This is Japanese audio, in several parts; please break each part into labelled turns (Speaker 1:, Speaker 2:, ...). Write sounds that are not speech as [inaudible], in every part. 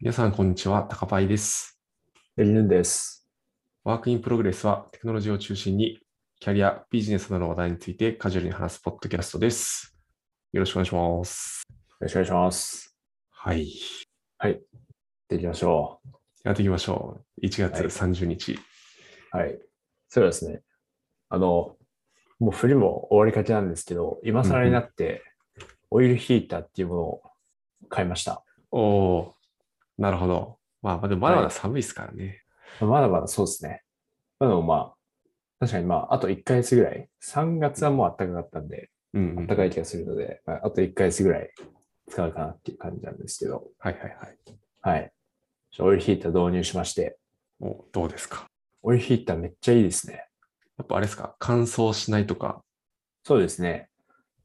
Speaker 1: 皆さん、こんにちは。高パイです。
Speaker 2: エリヌンです。
Speaker 1: ワークインプログレスはテクノロジーを中心にキャリア、ビジネスなどの話題についてカジュアルに話すポッドキャストです。よろしくお願いします。
Speaker 2: よろしくお願いします。
Speaker 1: はい。
Speaker 2: やっていきましょ
Speaker 1: やっていきましょう。1月
Speaker 2: はい
Speaker 1: 30日。
Speaker 2: う。はい。そうですね。あの、もう冬も終わりかけなんですけど、今更になって、オイルヒーターっていうものを買いました。
Speaker 1: おおーなるほど。まあ、まあでもまだまだ寒いですからね。
Speaker 2: まだまだそうですね。まあでもまあ、確かにまあ、あと1ヶ月ぐらい。3月はもう暖かかったんで、
Speaker 1: うん、うん。
Speaker 2: 暖かい気がするので、まあ、あと1ヶ月ぐらい使うかなっていう感じなんですけど、
Speaker 1: はいはいはい。
Speaker 2: はい。オイルヒーター導入しまして、
Speaker 1: おどうですか
Speaker 2: オイルヒーターめっちゃいいですね。
Speaker 1: やっぱあれですか乾燥しないとか。
Speaker 2: そうですね。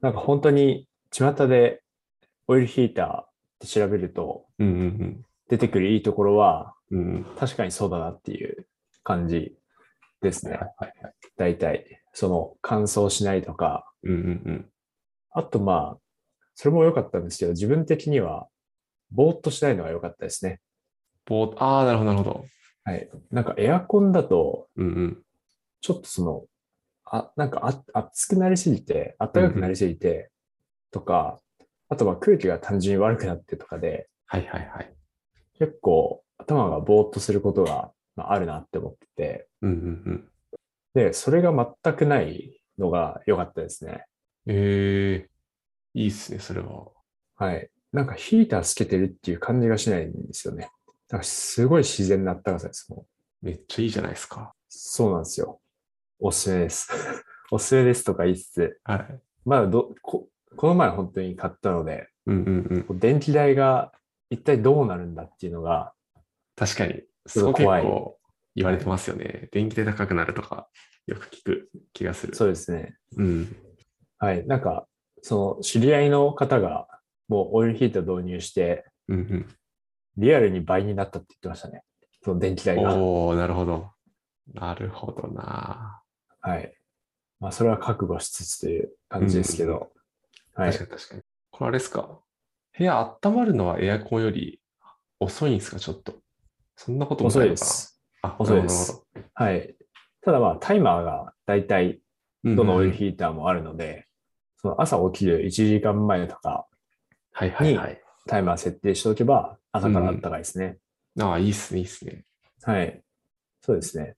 Speaker 2: なんか本当に巷でオイルヒーターって調べると
Speaker 1: うんうん
Speaker 2: 出てくるいいところは
Speaker 1: うん。うんうん。
Speaker 2: 確かにそうだなっていう感じです
Speaker 1: はい
Speaker 2: ね
Speaker 1: は。いはい。
Speaker 2: 大体。その乾燥しないとか。
Speaker 1: うんうん
Speaker 2: あとまあ、それも良かったんですけど、自分的にはぼーっとしないのが良かったですね。
Speaker 1: うん。ああー、なるほどなるほど。
Speaker 2: はい。なんかエアコンだと、
Speaker 1: うんうん。
Speaker 2: ちょっとその、あ、なんかあ暑くなりすぎて、暖かくなりすぎてとか、あとは空気が単純に悪くなってとかで、
Speaker 1: はいはいはい。
Speaker 2: 結構頭がぼーっとすることがまああるなって思って
Speaker 1: うんうんうん。
Speaker 2: て、で、それが全くないのが良かったですね。
Speaker 1: ええいいっすね、それは。
Speaker 2: はい。なんかヒーターつけてるっていう感じがしないんですよね。だからすごい自然な暖かさです。もう
Speaker 1: めっちゃいいじゃないですか。
Speaker 2: そうなんですよ。おすすめです。 [laughs] おすすめですとか言いつつ、
Speaker 1: はい。
Speaker 2: まだどこ、この前本当に買ったので、
Speaker 1: うんうんうん。
Speaker 2: こう電気代が一体どうなるんだっていうのが、
Speaker 1: 確かに。
Speaker 2: ょ
Speaker 1: そこ
Speaker 2: っ
Speaker 1: と結
Speaker 2: 怖い
Speaker 1: 構言われてますよね。電気代高くなるとか、よく聞く気がする。
Speaker 2: そうですね。
Speaker 1: うん。
Speaker 2: はい。なんか、その知り合いの方が、もうオイルヒーター導入して、
Speaker 1: うん
Speaker 2: リアルに倍になったって言ってましたね。その電気
Speaker 1: う
Speaker 2: 代
Speaker 1: ん。
Speaker 2: が。
Speaker 1: おおなるほど。なるほどな。
Speaker 2: はい。まあ、それは覚悟しつつという感じですけど。はい
Speaker 1: 確。かに確かに。これあれですか部屋温まるのはエアコンより遅いんですか、ちょっと。そんなことも
Speaker 2: 遅
Speaker 1: ないい
Speaker 2: で
Speaker 1: のか
Speaker 2: す。
Speaker 1: な。あ、
Speaker 2: 遅い
Speaker 1: な
Speaker 2: で
Speaker 1: るほどなるほ
Speaker 2: す。はい。ただまあ、タイマーが大体、
Speaker 1: ど。
Speaker 2: どのオイル
Speaker 1: ー
Speaker 2: ヒーターもあるので、その朝起きる1時間前とか、
Speaker 1: はいはいはい。
Speaker 2: タイマー設定しておけば、朝からあったかいですね。
Speaker 1: ああ、いいっすね、いいっすね。
Speaker 2: はい。そうですね。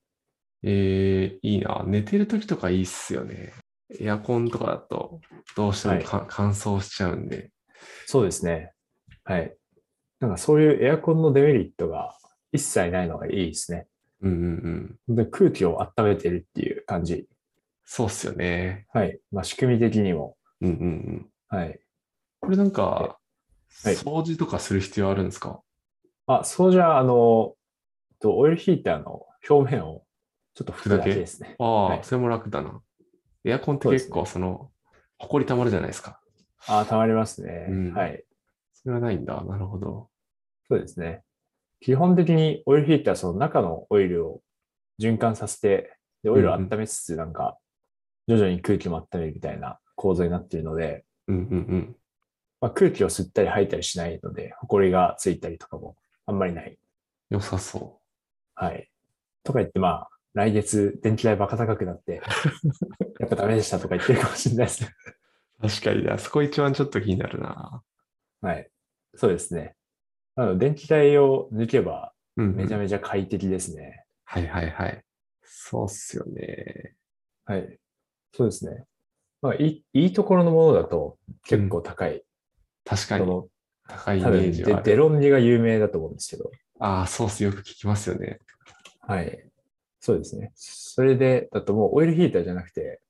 Speaker 1: えー、いいな。寝てるときとかいいっすよね。エアコンとかだと、どうしてもか乾燥しちゃうんで。
Speaker 2: そうですね。はい。なんかそういうエアコンのデメリットが一切ないのがいいですね。
Speaker 1: うんうんうん。
Speaker 2: 本当に空気を温めてるっていう感じ。
Speaker 1: そうっすよね。
Speaker 2: はい。まあ、仕組み的にも。
Speaker 1: うんうんうん。
Speaker 2: はい。
Speaker 1: これなんか、
Speaker 2: はい
Speaker 1: 掃除とかする必要あるんですか
Speaker 2: あ、そうじゃあ、あの、とオイルヒーターの表面をちょっと拭くだけですね。
Speaker 1: ああ、
Speaker 2: はい
Speaker 1: それも楽だな。エアコンって
Speaker 2: そうで
Speaker 1: 結
Speaker 2: すね
Speaker 1: 構その、埃溜まるじゃないですか。
Speaker 2: あ、たまりますね、
Speaker 1: うん
Speaker 2: はい。
Speaker 1: それはないんだ。なるほど。
Speaker 2: そうですね。基本的にオイルヒーター、その中のオイルを循環させて、で、オイルを温めつつ、なんか、徐々に空気も温めるみたいな構造になっているので、
Speaker 1: うんうんうん。
Speaker 2: まあ、空気を吸ったり吐いたりしないので、埃がついたりとかもあんまりない。
Speaker 1: 良さそ
Speaker 2: はい。とか言って、まあ、来月電気代バカ高く
Speaker 1: [laughs]
Speaker 2: なって、やっぱダメでしたとか言ってるかもしれないですね。
Speaker 1: う。確かにな。そこ一番ちょっと気になるな。
Speaker 2: はい。そうですね。あの、電気代を抜けば、
Speaker 1: うん、うん。
Speaker 2: めちゃめちゃ快適ですね。
Speaker 1: はいはいはい。そうっすよね。
Speaker 2: はい。そうですね。まあ、いい、いいところのものだと結構高い。
Speaker 1: 確か
Speaker 2: そ
Speaker 1: に
Speaker 2: の、
Speaker 1: 高いイメ
Speaker 2: 多分
Speaker 1: ージはあ
Speaker 2: デ
Speaker 1: る。
Speaker 2: デロンギが有名だと思うんですけど。
Speaker 1: ああ、そうっす。よく聞きますよね。
Speaker 2: はい。そうですね。それで、だともうオイルヒーターじゃなくて、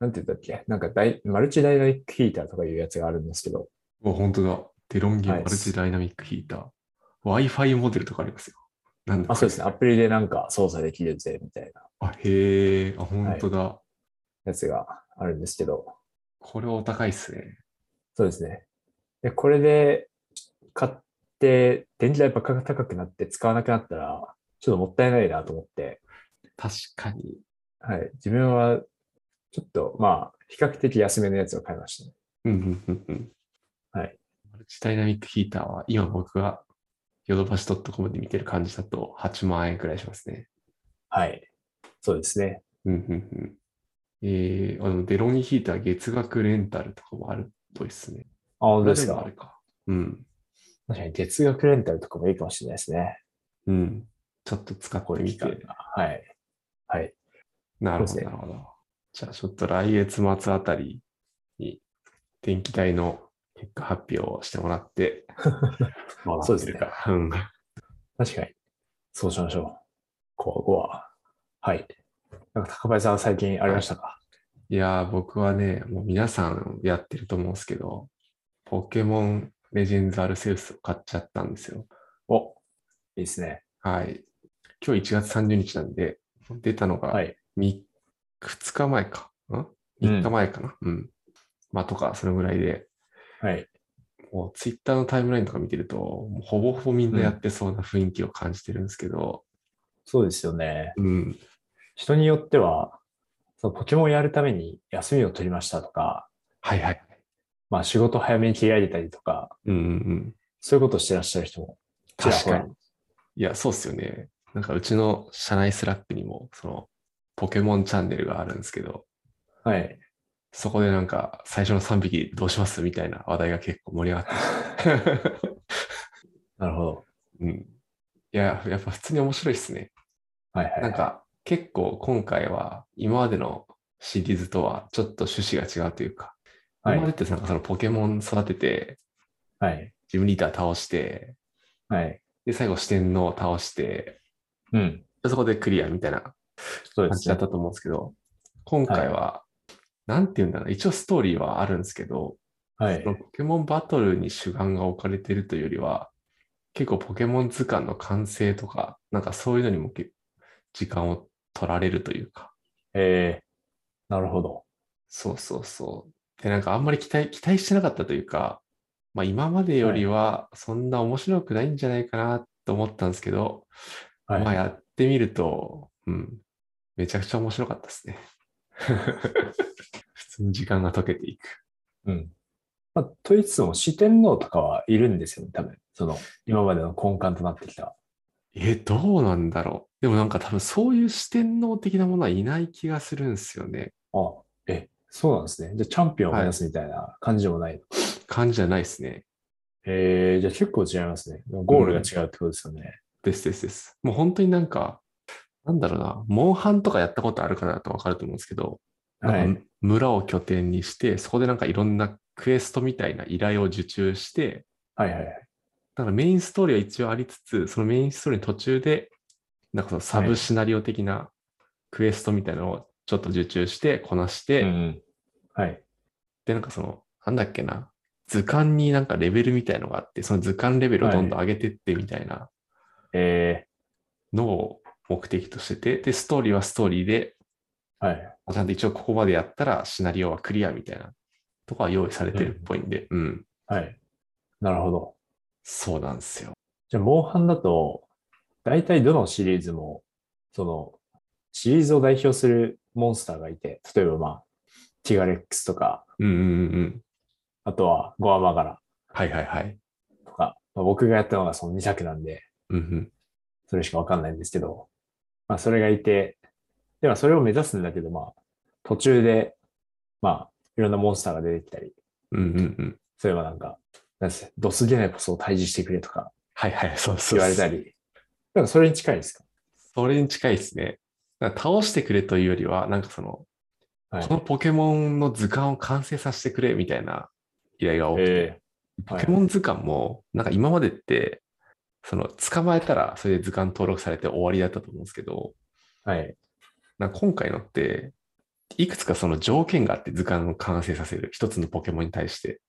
Speaker 2: なんて言ったっけ、なんかダイマルチダイナミックヒーターとかいうやつがあるんですけど、
Speaker 1: うわ、本当だ。デロンギマ
Speaker 2: はい
Speaker 1: ルチダイナミックヒーター。Wi-Fi モデルとかありますよ。なんだ
Speaker 2: あ、そうですね。アプリでなんか操作できるぜ、みたいな
Speaker 1: あ、へえ、あ、本当だ。
Speaker 2: やつがあるんですけど、
Speaker 1: これお高いっすね。
Speaker 2: そうですね。で、これで買って、電気代ばっかが高くなって使わなくなったら、ちょっともったいないなと思って、
Speaker 1: 確かに。
Speaker 2: はい。自分は、ちょっと、まあ、比較的安めのやつを買いましたね。
Speaker 1: うんうんうんうん。
Speaker 2: はい。
Speaker 1: マルチダイナミックヒーターは今僕がヨドバシ .com で見てる感じだと8万円くらいしますね。
Speaker 2: はい。そうですね。
Speaker 1: うんうんうん。えー、あのデロンギヒーター月額レンタルとかもあるっぽいですね。
Speaker 2: あ、本当です
Speaker 1: もあ
Speaker 2: か
Speaker 1: れ。か。うん。
Speaker 2: 確かに月額レンタルとかもいいかもしれないですね。
Speaker 1: うん。ちょっと使っ
Speaker 2: こう
Speaker 1: て
Speaker 2: いう
Speaker 1: み
Speaker 2: 期間
Speaker 1: て。
Speaker 2: が。はい。はい。
Speaker 1: なるほ
Speaker 2: そう
Speaker 1: ど、
Speaker 2: です
Speaker 1: な
Speaker 2: ね
Speaker 1: るほど。じゃあちょっと来月末あたりに電気代の結果発表をしてもらって、
Speaker 2: そうですね
Speaker 1: どなってるか。うん。
Speaker 2: 確かに。そうしましょう。こわこわ。はい。なんか高林さん最近ありましたか、
Speaker 1: いやー、僕はね、もう皆さんやってると思うんですけど、ポケモンレジェンズアルセウスを買っちゃったんですよ。
Speaker 2: お、いいですね。
Speaker 1: はい。今日1月30日なんで、出たのが
Speaker 2: はい。
Speaker 1: み2日前か。ん
Speaker 2: うん
Speaker 1: ?3 日前かな。うん。まあ、とか、そのぐらいで、
Speaker 2: はい。
Speaker 1: もうツイッターのタイムラインとか見てると、もうほぼほぼみんなやってそうな雰囲気を感じてるんですけど、
Speaker 2: そうですよね。
Speaker 1: うん。
Speaker 2: 人によっては、そのポケモンやるために休みを取りましたとか、
Speaker 1: はいはい。
Speaker 2: まあ仕事早めに切り上げたりとか、
Speaker 1: うんうんうん。
Speaker 2: そういうことをしてらっしゃる人も。
Speaker 1: 確かに。
Speaker 2: に。
Speaker 1: いや、そうっすよね。なんかうちの社内スラックにも、その、ポケモンチャンネルがあるんですけど、
Speaker 2: はい。
Speaker 1: そこでなんか、最初の3匹どうしますみたいな話題が結構盛り上がってました [laughs]
Speaker 2: なるほど。
Speaker 1: うん。いや、やっぱ普通に面白いっすね。
Speaker 2: はいはい。
Speaker 1: なんか、結構今回は、今までのシリーズとはちょっと趣旨が違うというか、
Speaker 2: は
Speaker 1: 今まで
Speaker 2: い。
Speaker 1: ってなんかそのポケモン育てて、
Speaker 2: はい。
Speaker 1: ジムリーダー倒して、
Speaker 2: はい。
Speaker 1: で、最後四天王倒して、
Speaker 2: うん。
Speaker 1: でそこでクリアみたいな
Speaker 2: そうで
Speaker 1: 感じ
Speaker 2: す
Speaker 1: だ
Speaker 2: ね
Speaker 1: っ。たと思うんですけど、今回は、なんて言うんだろうな、一応ストーリーはあるんですけど、
Speaker 2: はい
Speaker 1: そ。のポケモンバトルに主眼が置かれてるというよりは、結構ポケモン図鑑の完成とか、なんかそういうのにもけ時間を取られるというか、
Speaker 2: えー、なるほど。
Speaker 1: そうそうそう。で、なんかあんまり期待期待してなかったというか、まあ今までよりはそんな面白くないんじゃないかなと思ったんですけど、
Speaker 2: はい。
Speaker 1: まあやってみると、うん、めちゃくちゃ面白かったですね。 [laughs] 普通に時間が溶けていく。
Speaker 2: うん。まあ、と言いつつも、四天王とかはいるんですよね、多分。その、今までの根幹となってきた。
Speaker 1: え、どうなんだろう。でもなんか多分そういう四天王的なものはいない気がするんですよね。
Speaker 2: あ、え、そうなんですね。じゃあ、チャンピオンを目指すみたいな感じでもない。
Speaker 1: 感じじゃないですね。
Speaker 2: えー、じゃあ結構違いますね。ゴールが違うってことですよね。
Speaker 1: ですですです。もう本当になんか、なんだろうな、モンハンとかやったことあるからだとわかると思うんですけど、
Speaker 2: は
Speaker 1: なん
Speaker 2: い
Speaker 1: か。村を拠点にして、そこでなんかいろんなクエストみたいな依頼を受注して、
Speaker 2: はいはいはい。
Speaker 1: だからメインストーリーは一応ありつつ、そのメインストーリーの途中で、なんかそのサブシナリオ的なクエストみたいなのをちょっと受注して、こなして、
Speaker 2: うんうん。はい。
Speaker 1: で、なんかその、なんだっけな、図鑑になんかレベルみたいのがあって、その図鑑レベルをどんどん上げてってみたいな
Speaker 2: え
Speaker 1: のを目的としてて、で、ストーリーはストーリーで、
Speaker 2: ー、はい。
Speaker 1: ちゃんと一応ここまでやったらシナリオはクリアみたいなとかは用意されてるっぽいんで、うん、
Speaker 2: はい。なるほど。
Speaker 1: そうなんですよ。
Speaker 2: じゃあ、モンハンだと、大体どのシリーズも、その、シリーズを代表するモンスターがいて、例えばまあ、ティガレックスとか、
Speaker 1: うんうんうんうん。
Speaker 2: あとはゴアマガラ
Speaker 1: はいはいはい。
Speaker 2: とか、まあ、僕がやったのがその2作なんで、
Speaker 1: うんうん。
Speaker 2: それしかわかんないんですけど、まあ、それがいて、ではそれを目指すんだけど、まあ、途中で、まあ、いろんなモンスターが出てきたり、
Speaker 1: うんうんうん。
Speaker 2: そういえばなんか、なんせ、ドスゲネコスを退治してくれとか
Speaker 1: はいはい、 [laughs] そうそうそう。
Speaker 2: 言われたり、なんかそれに近いですか
Speaker 1: それに近いですね。なんか倒してくれというよりは、なんかその、
Speaker 2: はい
Speaker 1: このポケモンの図鑑を完成させてくれみたいな依頼が多くて、
Speaker 2: ええ
Speaker 1: ポケモン図鑑も、なんか今までって、その捕まえたらそれで図鑑登録されて終わりだったと思うんですけど、
Speaker 2: はい。はい。
Speaker 1: なんか今回のって、いくつかその条件があって図鑑を完成させる、一つのポケモンに対して。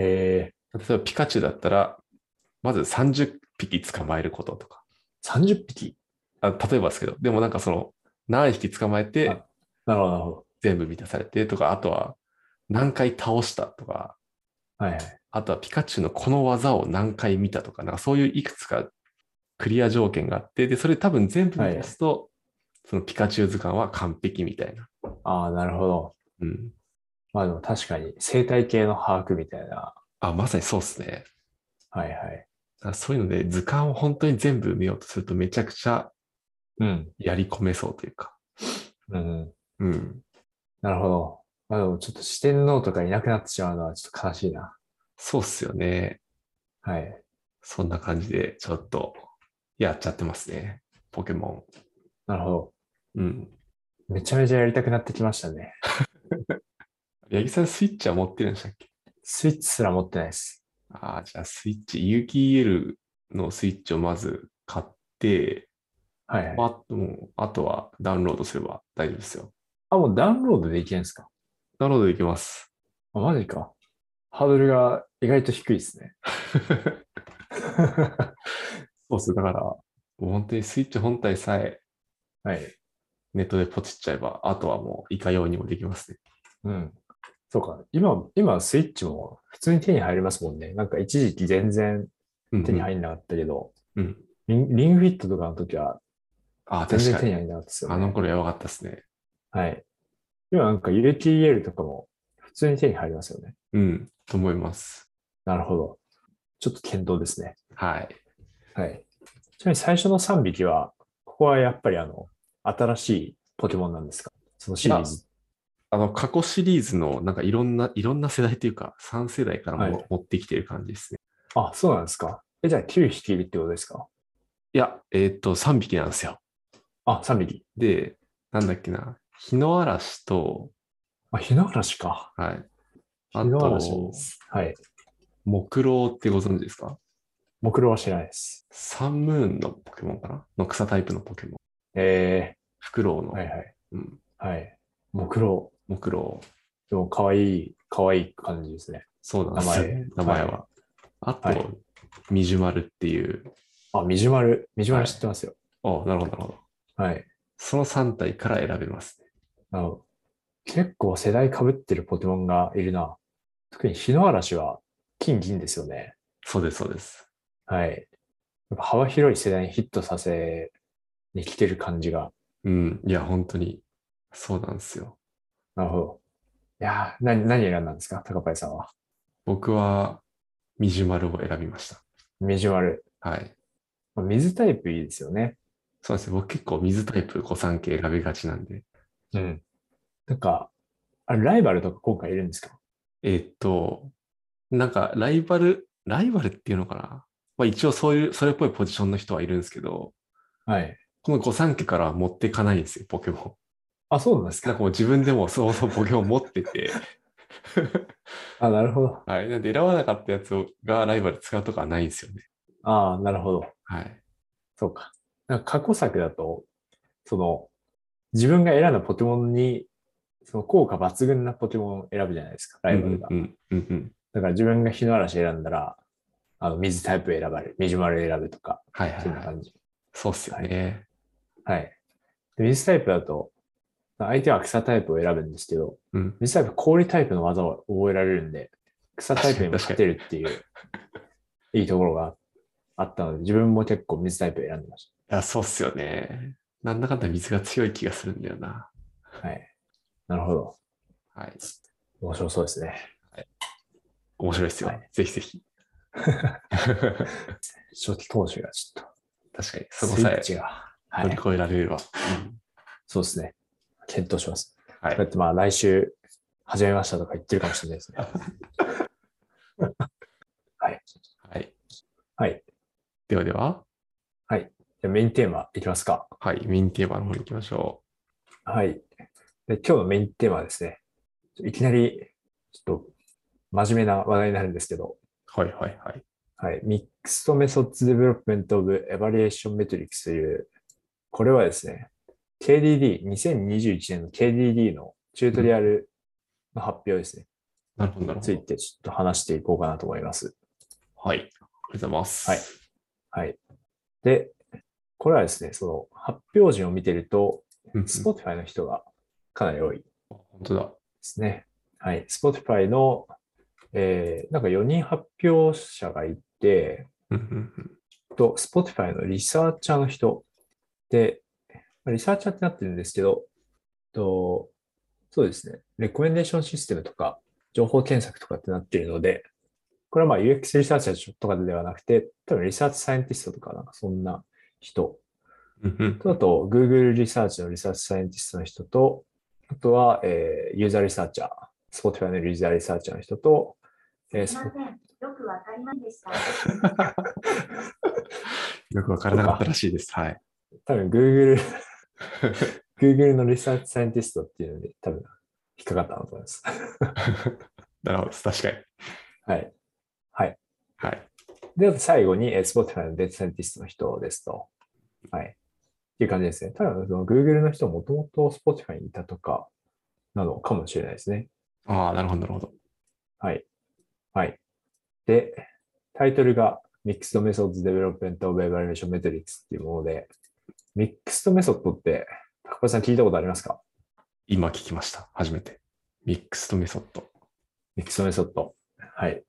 Speaker 2: え
Speaker 1: 例えばピカチュウだったら、まず30匹捕まえることとか、
Speaker 2: ー、30匹。
Speaker 1: あ例えばですけど、でもなんかその、何匹捕まえて、
Speaker 2: あなるほど、なるほど。
Speaker 1: 全部満たされてとか、あとは何回倒したとか、
Speaker 2: はいはい。
Speaker 1: あとはピカチュウのこの技を何回見たとか、なんかそういういくつかクリア条件があって、で、それ多分全部満たすと、そのピカチュウ図鑑は完璧みたいな。
Speaker 2: ああ、なるほど。
Speaker 1: うん。
Speaker 2: まあでも確かに生態系の把握みたいな。
Speaker 1: あ、まさにそうっすね。
Speaker 2: はいはい。
Speaker 1: からそういうので図鑑を本当に全部埋めようとするとめちゃくちゃ
Speaker 2: うん。
Speaker 1: やり込めそうというか。
Speaker 2: うんうん。
Speaker 1: うん。
Speaker 2: なるほど。まあでもちょっと四天王とかいなくなってしまうのはちょっと悲しいな。
Speaker 1: そうっすよね。
Speaker 2: はい。
Speaker 1: そんな感じでちょっとやっちゃってますね。ポケモ
Speaker 2: なるほど。
Speaker 1: ン。うん。
Speaker 2: めちゃめちゃやりたくなってきましたね。
Speaker 1: 八木さんスイッチは持ってるんでしたっけ
Speaker 2: スイッチすら持ってないです。
Speaker 1: ああ、じゃあスイッチ、有機 EL のスイッチをまず買って、
Speaker 2: はい、はい。
Speaker 1: まあ、もうあとはダウンロードすれば大丈夫ですよ。
Speaker 2: あ、もうダウンロードできるんですか
Speaker 1: ダウンロードできます。
Speaker 2: あ、マジか。ハードルが意外と低いですね。
Speaker 1: そうっす。だから、もう本当にスイッチ本体さえ
Speaker 2: はい。
Speaker 1: ネットでポチっちゃえば、あとはもういかようにもできますね。
Speaker 2: うん。そうか。今、今、スイッチも普通に手に入りますもんね。なんか一時期全然
Speaker 1: うんうん
Speaker 2: 手に入んなかったけど、
Speaker 1: うん。
Speaker 2: リンリングフィットとかの時は
Speaker 1: ああ、
Speaker 2: 全
Speaker 1: 確
Speaker 2: 然
Speaker 1: か
Speaker 2: 手に
Speaker 1: に。
Speaker 2: 入んなかったですよ、
Speaker 1: あ
Speaker 2: ね。
Speaker 1: の頃やばかったですね。
Speaker 2: はい。今なんか UTL とかも普通に手に入りますよね。
Speaker 1: うん、と思います。
Speaker 2: なるほど。ちょっと検討ですね。
Speaker 1: はい。
Speaker 2: はい。ちなみに最初の3匹は、ここはやっぱりあの、新しいポケモンなんですかそのシリーズ。
Speaker 1: あの、過去シリーズの、なんかいろんな、いろんな世代というか、3世代からも、
Speaker 2: はい
Speaker 1: 持ってきてる感じですね。
Speaker 2: あ、そうなんですか。え、じゃあ9匹いるってことですか
Speaker 1: いや、えーっと、3匹なんですよ。
Speaker 2: あ、3匹。
Speaker 1: で、なんだっけな、日の嵐と、
Speaker 2: あ、日の嵐か。
Speaker 1: はい。あ
Speaker 2: 日の嵐
Speaker 1: と、
Speaker 2: はい。
Speaker 1: 木狼ってご存知ですか
Speaker 2: 目論は知らないです。
Speaker 1: サンムーンのポケモンかなの草タイプのポケモン。
Speaker 2: え
Speaker 1: フクロウの、
Speaker 2: ー、はいはい。
Speaker 1: うん、
Speaker 2: はい。目論。
Speaker 1: 木狼。
Speaker 2: でも、可愛い可愛い感じですね。
Speaker 1: そうなんですよ
Speaker 2: 名前
Speaker 1: 名前は。
Speaker 2: は
Speaker 1: あと、
Speaker 2: はい
Speaker 1: ミジュマルっていう。
Speaker 2: あ、みじまる。みじま
Speaker 1: は
Speaker 2: る
Speaker 1: い
Speaker 2: 知ってますよ。
Speaker 1: あなるほど、なるほど。
Speaker 2: はい。
Speaker 1: その3体から選べますね。
Speaker 2: あの、結構世代被ってるポケモンがいるな。特に日の嵐は金銀ですよね。
Speaker 1: そうです、そうです。
Speaker 2: はい。やっぱ幅広い世代にヒットさせに来てる感じが。
Speaker 1: うん。いや、本当に、そうなんですよ。
Speaker 2: なるほど。いやー、何、何選んだんですか高パイさんは。
Speaker 1: 僕は、ミジュマルを選びました。
Speaker 2: みじまる。
Speaker 1: はい。
Speaker 2: まあ水タイプいいですよね。
Speaker 1: そうなんですよ。僕結構水タイプ、古参系選びがちなんで。
Speaker 2: うん。なんか、あれ、ライバルとか今回いるんですか
Speaker 1: えーっと、なんか、ライバル、ライバルっていうのかなまあ一応そういう、それっぽいポジションの人はいるんですけど、
Speaker 2: はい。
Speaker 1: この御三家からは持ってかないんですよ、ポケモン。
Speaker 2: あ、そうなんです
Speaker 1: なんか
Speaker 2: か
Speaker 1: もう自分でもそもそもポケモン持ってて、 [laughs]
Speaker 2: あ、なるほど。
Speaker 1: はい。なんで選ばなかったやつをがライバル使うとかはないんですよね。
Speaker 2: ああ、なるほど。
Speaker 1: はい。
Speaker 2: そうか。なんか過去作だと、その、自分が選んだポケモンに、その効果抜群なポケモンを選ぶじゃないですか、ライバルが。
Speaker 1: うんうんうんうん。
Speaker 2: だから自分が日の嵐選んだら、あの、水タイプ選ばれる、水丸選ぶとか、
Speaker 1: はいはい
Speaker 2: そんな
Speaker 1: はい。
Speaker 2: 感じ。
Speaker 1: そうっすよね。
Speaker 2: はい。で水タイプだと、相手は草タイプを選ぶんですけど、
Speaker 1: うん。
Speaker 2: 水タイプ、氷タイプの技を覚えられるんで、草タイプにも勝てるっ
Speaker 1: [laughs]
Speaker 2: ていう、いいところがあったので、自分も結構水タイプ選んでまし
Speaker 1: いや、そうっすよね。なんだかんだ水が強い気がするんだよな。
Speaker 2: た。はい。なるほど。
Speaker 1: はい。
Speaker 2: 面白そうですね。
Speaker 1: 面白いですよ。
Speaker 2: はい
Speaker 1: ぜひぜ
Speaker 2: [laughs]
Speaker 1: ひ。
Speaker 2: 初期投手がちょっ
Speaker 1: 確かに、
Speaker 2: と、
Speaker 1: そこ
Speaker 2: スイ
Speaker 1: さ
Speaker 2: ッ
Speaker 1: え
Speaker 2: チが。は
Speaker 1: 乗り
Speaker 2: い。
Speaker 1: 越えられれば。
Speaker 2: そうですね。検討します。
Speaker 1: は
Speaker 2: こうや
Speaker 1: い。
Speaker 2: ってまあ来週始めましたとか言ってるかもしれないですね。
Speaker 1: はい。
Speaker 2: はい。
Speaker 1: ではでは、
Speaker 2: じゃあメインテーマいきますか。
Speaker 1: はい。メインテーマの方に行きましょ
Speaker 2: はい。で今日のメインテーマはですね、いきなりちょっと真面目な話題になるんですけ
Speaker 1: う。
Speaker 2: ど、
Speaker 1: はいはいはい。
Speaker 2: はい。ミックストメソッドデベロップメントオブエバリエーションメトリックスという、これはですね、KDD、2021年の KDD のチュートリアルの発表ですね。
Speaker 1: なるほどなるほ
Speaker 2: つい
Speaker 1: ど。
Speaker 2: てちょっと話していこうかなと思います。
Speaker 1: はい。ありがとうございます。
Speaker 2: はいはい。で、これはですね、その発表陣を見てると、
Speaker 1: うんうん。
Speaker 2: Spotify の人がかなり多いで
Speaker 1: 本当だ。
Speaker 2: すね。はい。Spotify の、えー、なんか4人発表者がいて、
Speaker 1: うんうんうん
Speaker 2: と、Spotify のリサーチャーの人で、まあリサーチャーってなってるんですけど、と、そうですね、レコメンデーションシステムとか、情報検索とかってなってるので、これはまあ UX リサーチャーとかではなくて、多分リサーチサイエンティストとか、なんかそんな人
Speaker 1: うん
Speaker 2: [laughs]
Speaker 1: うん
Speaker 2: と、あと Google リサーチのリサーチサイエンティストの人と、あとは、えーユーザーリサーチャー、Spotify のユーザーリサーチャーの人と、えー
Speaker 3: すい
Speaker 2: Sp-
Speaker 3: ません。よくわかりませんでした。
Speaker 1: よくわからなかったらしいです。はい。
Speaker 2: 多分 Google、Google のリサーチサイエンティストっていうのに多分引っかかったんだと思います。
Speaker 1: なるほどです。確かに。
Speaker 2: はい。
Speaker 1: はい。
Speaker 2: で、あと最後に、えー Spotify のデータサイエンティストの人ですと。はい。っていう感じですね。多分、その Google の人もともと Spotify にいたとか、なのかもしれないですね。
Speaker 1: ああ、なるほど、なるほど。
Speaker 2: はい。はい。で、タイトルが Mixed Methods Development of Evaluation Metrics っていうもので、Mixed Method って、高橋さん聞いたことありますか
Speaker 1: 今聞きました。初めて。ミックスとメソッド。
Speaker 2: ?Mixed Method。はい。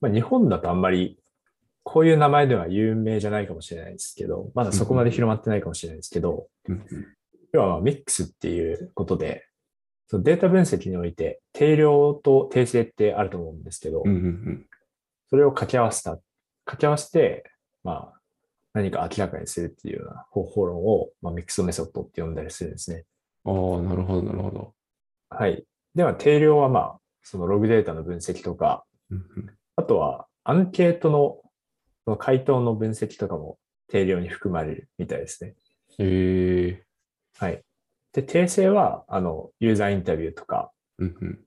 Speaker 2: まあ、日本だとあんまり、こういう名前では有名じゃないかもしれないですけど、まだそこまで広まってないかもしれないですけど、
Speaker 1: うんうん
Speaker 2: 要はまあ Mix っていうことで、そのデータ分析において定量と定性ってあると思うんですけど、
Speaker 1: うんうん
Speaker 2: それを掛け合わせた、掛け合わせて、まあ、何か明らかにするっていうような方法論を、まあ、ミックスメソッドって呼んだりするんですね。
Speaker 1: うん。ああ、なるほど、なるほど。
Speaker 2: はい。では、定量はまあ、そのログデータの分析とか、
Speaker 1: うんうん
Speaker 2: あとはアンケートのその回答の分析とかも定量に含まれるみたいですね。
Speaker 1: ええ
Speaker 2: はい。で、定性は、あの、ユーザーインタビューとか、
Speaker 1: うんうん。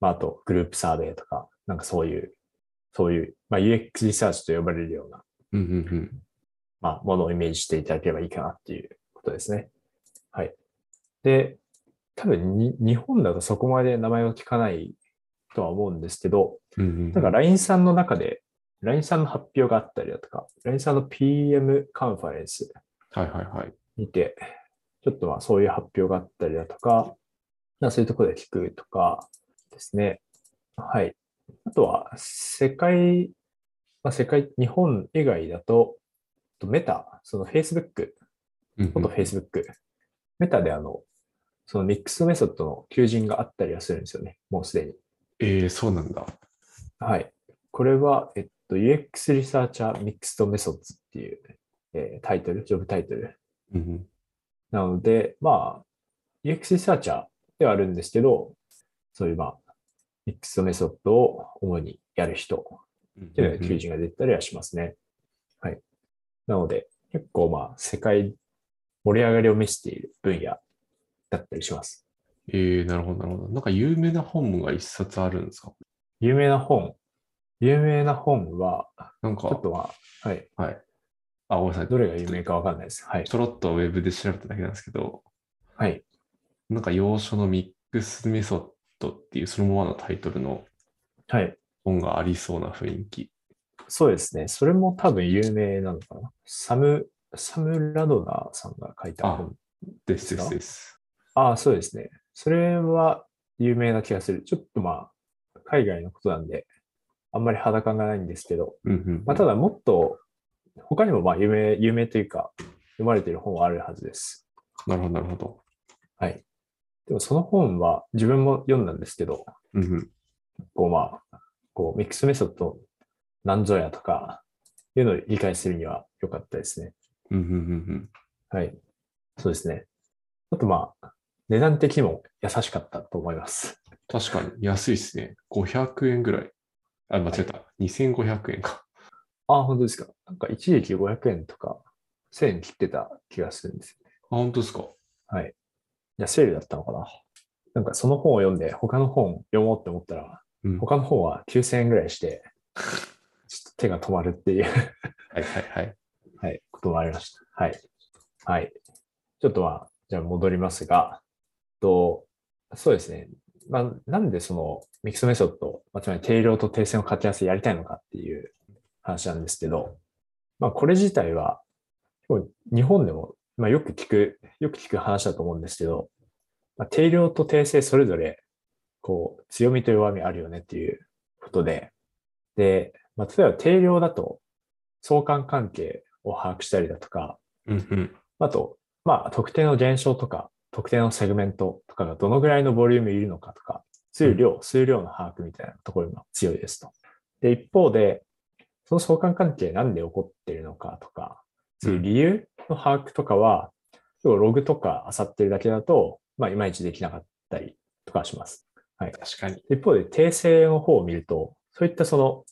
Speaker 2: まあ、あと、グループサーベイとか、なんかそういう、そういう、まあ、UX リサーチと呼ばれるような
Speaker 1: うんうんうん。
Speaker 2: まあ、ものをイメージしていただければいいかなっていうことですね。はい。で、多分に日本だとそこまで名前を聞かないとは思うんですけど、
Speaker 1: うんうんうん
Speaker 2: なんか LINE さんの中で、LINE さんの発表があったりだとか、LINE さんの PM カンファレンス
Speaker 1: はいはいはい。
Speaker 2: にて、ちょっとまあそういう発表があったりだとか、まあそういうところで聞くとかですね。はい。あとは、世界、まあ世界、日本以外だと、あとメタ、その Facebook
Speaker 1: うんうん
Speaker 2: 元 Facebook。メタであの、そのミックスメソッドの求人があったりはするんですよね。もうすでに。
Speaker 1: ええそうなんだ。
Speaker 2: はい。これは、えっと、UX リサーチャーミックスドメソッドっていう、えータイトル、ジョブタイトル。
Speaker 1: うんうん
Speaker 2: なので、まあ、UX リサーチャーではあるんですけど、そういうまあ、ミックスドメソッドを主にやる人
Speaker 1: うんうん
Speaker 2: っていうのが求人が出たりはしますね。はい。なので、結構まあ、世界盛り上がりを見せている分野だったりします。
Speaker 1: ええなるほど、なるほど。なんか有名な本が一冊あるんですか
Speaker 2: 有名な本。有名な本は、
Speaker 1: なんか、
Speaker 2: ちょっとは、はい。
Speaker 1: はい。あ、ごめんなさい。
Speaker 2: どれが有名かわかんないです。はい。
Speaker 1: ちょろっとウェブで調べただけなんですけど、
Speaker 2: はい。
Speaker 1: なんか要所のミックスメソッドっていうそのままのタイトルの
Speaker 2: はい。
Speaker 1: 本がありそうな雰囲気。
Speaker 2: そうですね。それも多分有名なのかな。サム、サム・ラドナーさんが書いた本。
Speaker 1: ですで
Speaker 2: で
Speaker 1: す
Speaker 2: すか
Speaker 1: です。
Speaker 2: ああ、そうですね。それは有名な気がする。ちょっとまあ、海外のことなんで、あんまり肌感がないんですけど、
Speaker 1: うんうん
Speaker 2: まあ、ただもっと、他にもまあ、有名、有名というか、読まれている本はあるはずです。
Speaker 1: なるほど、なるほど。
Speaker 2: はい。でもその本は自分も読んだんですけど、
Speaker 1: うんうん
Speaker 2: こうまあ、こうミックスメソッドなんぞやとかいうのを理解するには良かったですね。
Speaker 1: うんうんうん
Speaker 2: はい。そうですね。あとまあ、値段的にも優しかったと思います。
Speaker 1: うん確かに安いですね。500円ぐらい。あ、間違えた。2500円か。
Speaker 2: ああ、本当ですか。なんか一時期500円とか1000円切ってた気がするんですよね。
Speaker 1: あ、本当ですか。
Speaker 2: はい。いや、セールだったのかな。なんかその本を読んで、他の本読もうって思ったら、
Speaker 1: うんは
Speaker 2: 他の本は9000円ぐらいして、ちょっと手が止まるっていう
Speaker 1: いはいはい。
Speaker 2: はい、ことがありました。はい。はい。ちょっとは、じゃあ戻りますが、と、そうですね。まあ、なんでそのミキスメソッド、まあ、つまり定量と定線を掛け合わせやりたいのかっていう話なんですけど、まあ、これ自体は、結構日本でも、まあ、よく聞く、よく聞く話だと思うんですけど、まあ、定量と定性それぞれ、こう、強みと弱みあるよねっていうことで、で、まあ、例えば定量だと、相関関係を把握したりだとか、
Speaker 1: うんうん。
Speaker 2: あと、まあ、特定の現象とか、特定のセグメントとかがどのぐらいのボリュームいるのかとか、数量、数量の把握みたいなところが強いですと。で、一方で、その相関関係なんで起こってるのかとか、そういう理由の把握とかは、要はログとか漁ってるだけだと、まあ、いまいちできなかったりとかします。
Speaker 1: 確かに。
Speaker 2: 一方で、訂正の方を見ると、そういったその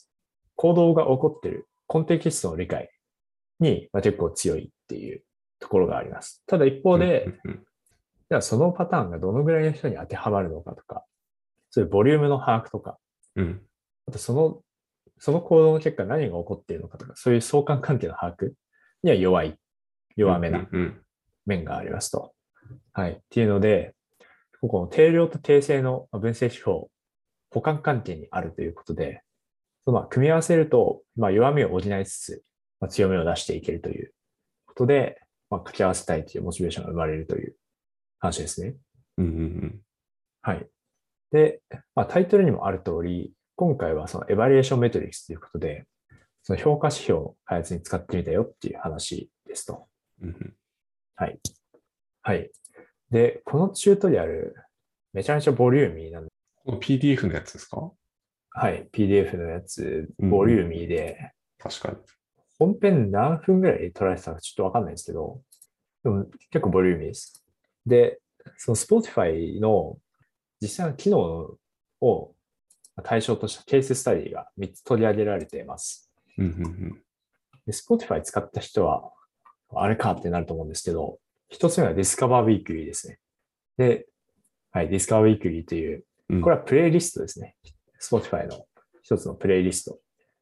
Speaker 2: 行動が起こってるコンテキストの理解に、まあ、結構強いっていうところがあります。ただ一方で、
Speaker 1: うんうん
Speaker 2: じゃあそのパターンがどのぐらいの人に当てはまるのかとか、そういうボリュームの把握とか、
Speaker 1: うん、うん。
Speaker 2: あとその、その行動の結果何が起こっているのかとか、そういう相関関係の把握には弱い、弱めな
Speaker 1: うんうん
Speaker 2: 面がありますと。はい。っていうので、ここの定量と定性の分析手法、補完関係にあるということで、まあ、組み合わせると、まあ、弱みを補いつつ、まあ、強みを出していけるということで、まあ、掛け合わせたいというモチベーションが生まれるという話ですね。
Speaker 1: うんうんうん。
Speaker 2: はい。で、まあ、タイトルにもある通り、今回はそのエバリエーションメトリックスということで、その評価指標の開発に使ってみたよっていう話ですと。
Speaker 1: うんうん
Speaker 2: はい。で、このチュートリアル、めちゃめちゃボリューミーなんで、
Speaker 1: この PDF のやつですか
Speaker 2: はい、PDF のやつ、
Speaker 1: うん
Speaker 2: ボリューミーで、
Speaker 1: 確かに。
Speaker 2: 本編何分ぐらい取られてたかちょっとわかんないんですけど、でも結構ボリューミーです。で、その Spotify の実際の機能を対象としたケーススタディが3つ取り上げられています。
Speaker 1: うんうんうん。
Speaker 2: で、Spotify 使った人は、あれかってなると思うんですけど、一つ目は Discover Weekly ですね。で、はい、Discover Weekly という
Speaker 1: うん
Speaker 2: これはプレイリストですね。Spotify の一つのプレイリスト。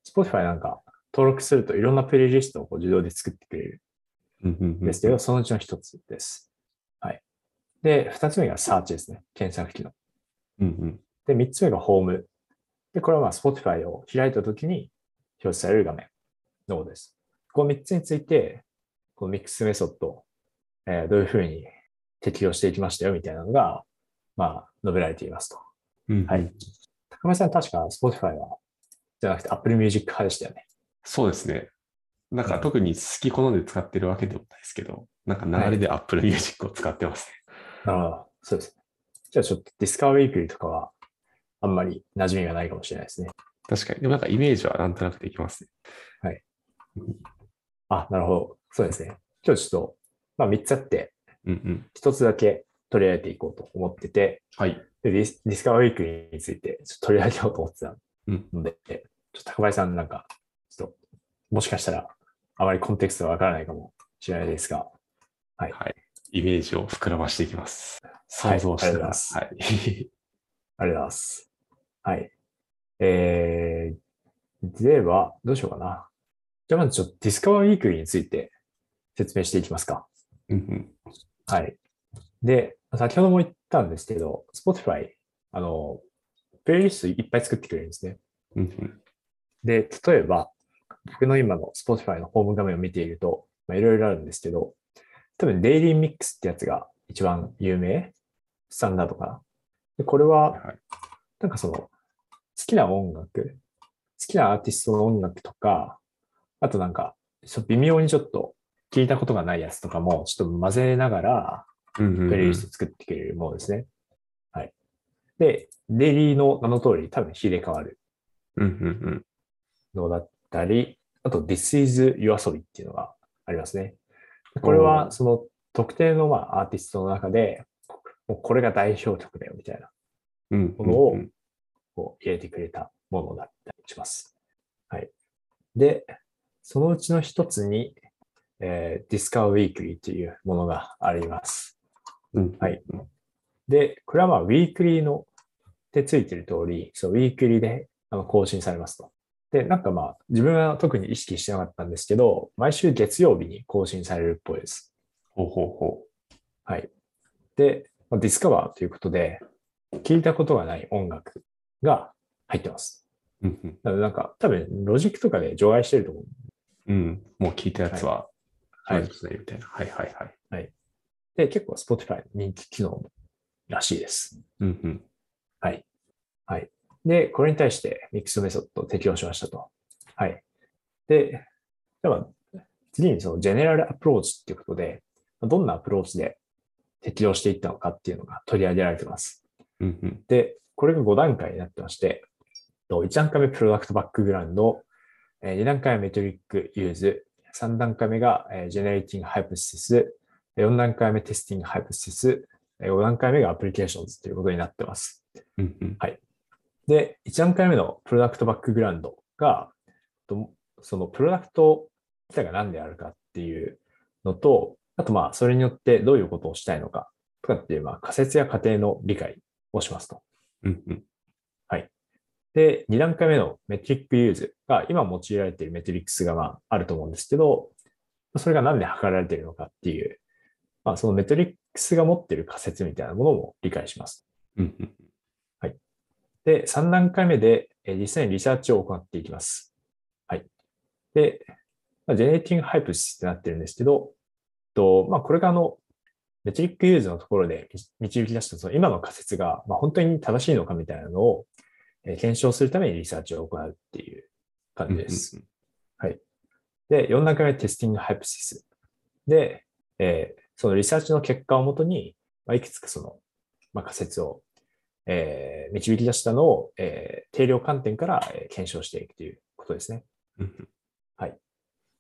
Speaker 2: Spotify なんか登録するといろんなプレイリストをこう自動で作ってくれる
Speaker 1: うんうんうん
Speaker 2: んですけど、そのうちの一つです。はい。で、二つ目が Search ですね。検索機能。
Speaker 1: うんうん
Speaker 2: で、三つ目がホーム。で、これはまあ Spotify を開いたときに表示される画面のことです。この三つについて、このミックスメソッド、えーどういうふうに適用していきましたよみたいなのが、まあ、述べられていますと。
Speaker 1: うんうん。
Speaker 2: はい。高橋さん、確か Spotify は、じゃなくて Apple Music 派でしたよね。
Speaker 1: そうですね。なん
Speaker 2: う
Speaker 1: か
Speaker 2: ん
Speaker 1: 特に好き好んで使ってるわけでもないですけど、なんか流れで Apple Music を使ってますね。
Speaker 2: なるほど。そうですね。じゃあちょっと Discover Weekly とかは、あんまり馴染みがないかもしれないですね。
Speaker 1: 確かに。でもなんかイメージはなんとなくできますね。
Speaker 2: あ、なるほど。そうですね。今日ちょっと、まあ3つあって、
Speaker 1: うんうん。
Speaker 2: 1つだけ取り上げていこうと思ってて、
Speaker 1: はい。
Speaker 2: でディス Discover Weekly についてちょっと取り上げようと思ってたので、ちょっと高林さんなんか、ちょっと、もしかしたら、あまりコンテクストはわからないかもしれないですが、
Speaker 1: イメージを膨らましていきます。
Speaker 2: は
Speaker 1: 想
Speaker 2: い
Speaker 1: 像して
Speaker 2: ありがと
Speaker 1: ま。
Speaker 2: うございますす
Speaker 1: はい。
Speaker 2: ありがとうございます。はい。えー、では、どうしようかな。じゃあまずちょっとディスカバーウィークリーについて説明していきますか。
Speaker 1: うんうん
Speaker 2: はい。で、先ほども言ったんですけど、Spotify、あの、プレイリストいっぱい作ってくれるんですね。
Speaker 1: うんうん
Speaker 2: で、例えば、僕の今の Spotify のホーム画面を見ていると、まあいろいろあるんですけど、多分、デイリーミックスってやつが一番有名スタンダードかな。で、これは
Speaker 1: はい、はい
Speaker 2: なんかその、好きな音楽、好きなアーティストの音楽とか、あとなんか、そう微妙にちょっと聞いたことがないやつとかも、ちょっと混ぜながら、
Speaker 1: うんうんうん
Speaker 2: プレイリスト作ってくれるものですね。はい。で、デイリーの名の通り、多分入れ替わる
Speaker 1: うんうん
Speaker 2: のだったり、あと、This is Your 遊びっていうのがありますね。これ
Speaker 1: お
Speaker 2: は、
Speaker 1: ー
Speaker 2: その、特定のまあアーティストの中で、もうこれが代表曲だよみたいな。
Speaker 1: うんうんうん
Speaker 2: ものをを入れてくれたものだったりします。はい。で、そのうちの一つに、えー、Discover Weekly というものがあります。
Speaker 1: うん
Speaker 2: はいで、これはまあ、Weekly の、ってついてる通り、そう、Weekly であの更新されますと。で、なんかまあ、自分は特に意識してなかったんですけど、毎週月曜日に更新されるっぽいです。
Speaker 1: ほうほうほ
Speaker 2: はい。で、まあ、ディスカバーということで、聞いたことがない音楽が入ってます。
Speaker 1: う。うんうん
Speaker 2: なのでなんか、多分、ロジックとかで除外してると思う。
Speaker 1: うん。もう聞いたやつは、
Speaker 2: はい
Speaker 1: 大丈夫だよみたいな。はいはいはい。
Speaker 2: で、結構 Spotify の人気機能らしいです。
Speaker 1: うんうん。
Speaker 2: はい。はい。で、これに対してミックスメソッドを適用しましたと。はい。で、では、次にそのジェネラルアプローチっていうことで、どんなアプローチで適用していったのかっていうのが取り上げられてます。
Speaker 1: うんうん。
Speaker 2: で、これが5段階になってまして、と1段階目プロダクトバックグラウンド、えー2段階目メトリックユーズ、3段階目が、えージェネレーティングハイプシス、4段階目テスティングハイプシス、えー5段階目がアプリケーションズということになってます。
Speaker 1: うんうん
Speaker 2: で、1段階目のプロダクトバックグラウンドが、とそのプロダクト自体が何であるかっていうのと、あとまあ、それによってどういうことをしたいのかとかっていう、まあ、仮説や仮定の理解をしますと。
Speaker 1: うんうん
Speaker 2: で、2段階目のメトリックユーズが、今用いられているメトリックスがまああると思うんですけど、それが何で測られているのかっていう、まあ、そのメトリックスが持っている仮説みたいなものも理解します。
Speaker 1: うんうん
Speaker 2: で、3段階目で、えー実際にリサーチを行っていきます。はい。で、まあ、ジェネレーティングハイプシスってなってるんですけど、とまあ、これがあの、メトリックユーズのところでみ導き出したその今の仮説が、まあ、本当に正しいのかみたいなのを、えー検証するためにリサーチを行うっていう感
Speaker 1: う
Speaker 2: じ
Speaker 1: んうん
Speaker 2: です。で、4段階目テスティングハイプシス。で、えーそのリサーチの結果をもとに、まあ、いくつかその、まあ、仮説を、えー導き出したのを、えー定量観点からえー検証していくということですね。
Speaker 1: うんうん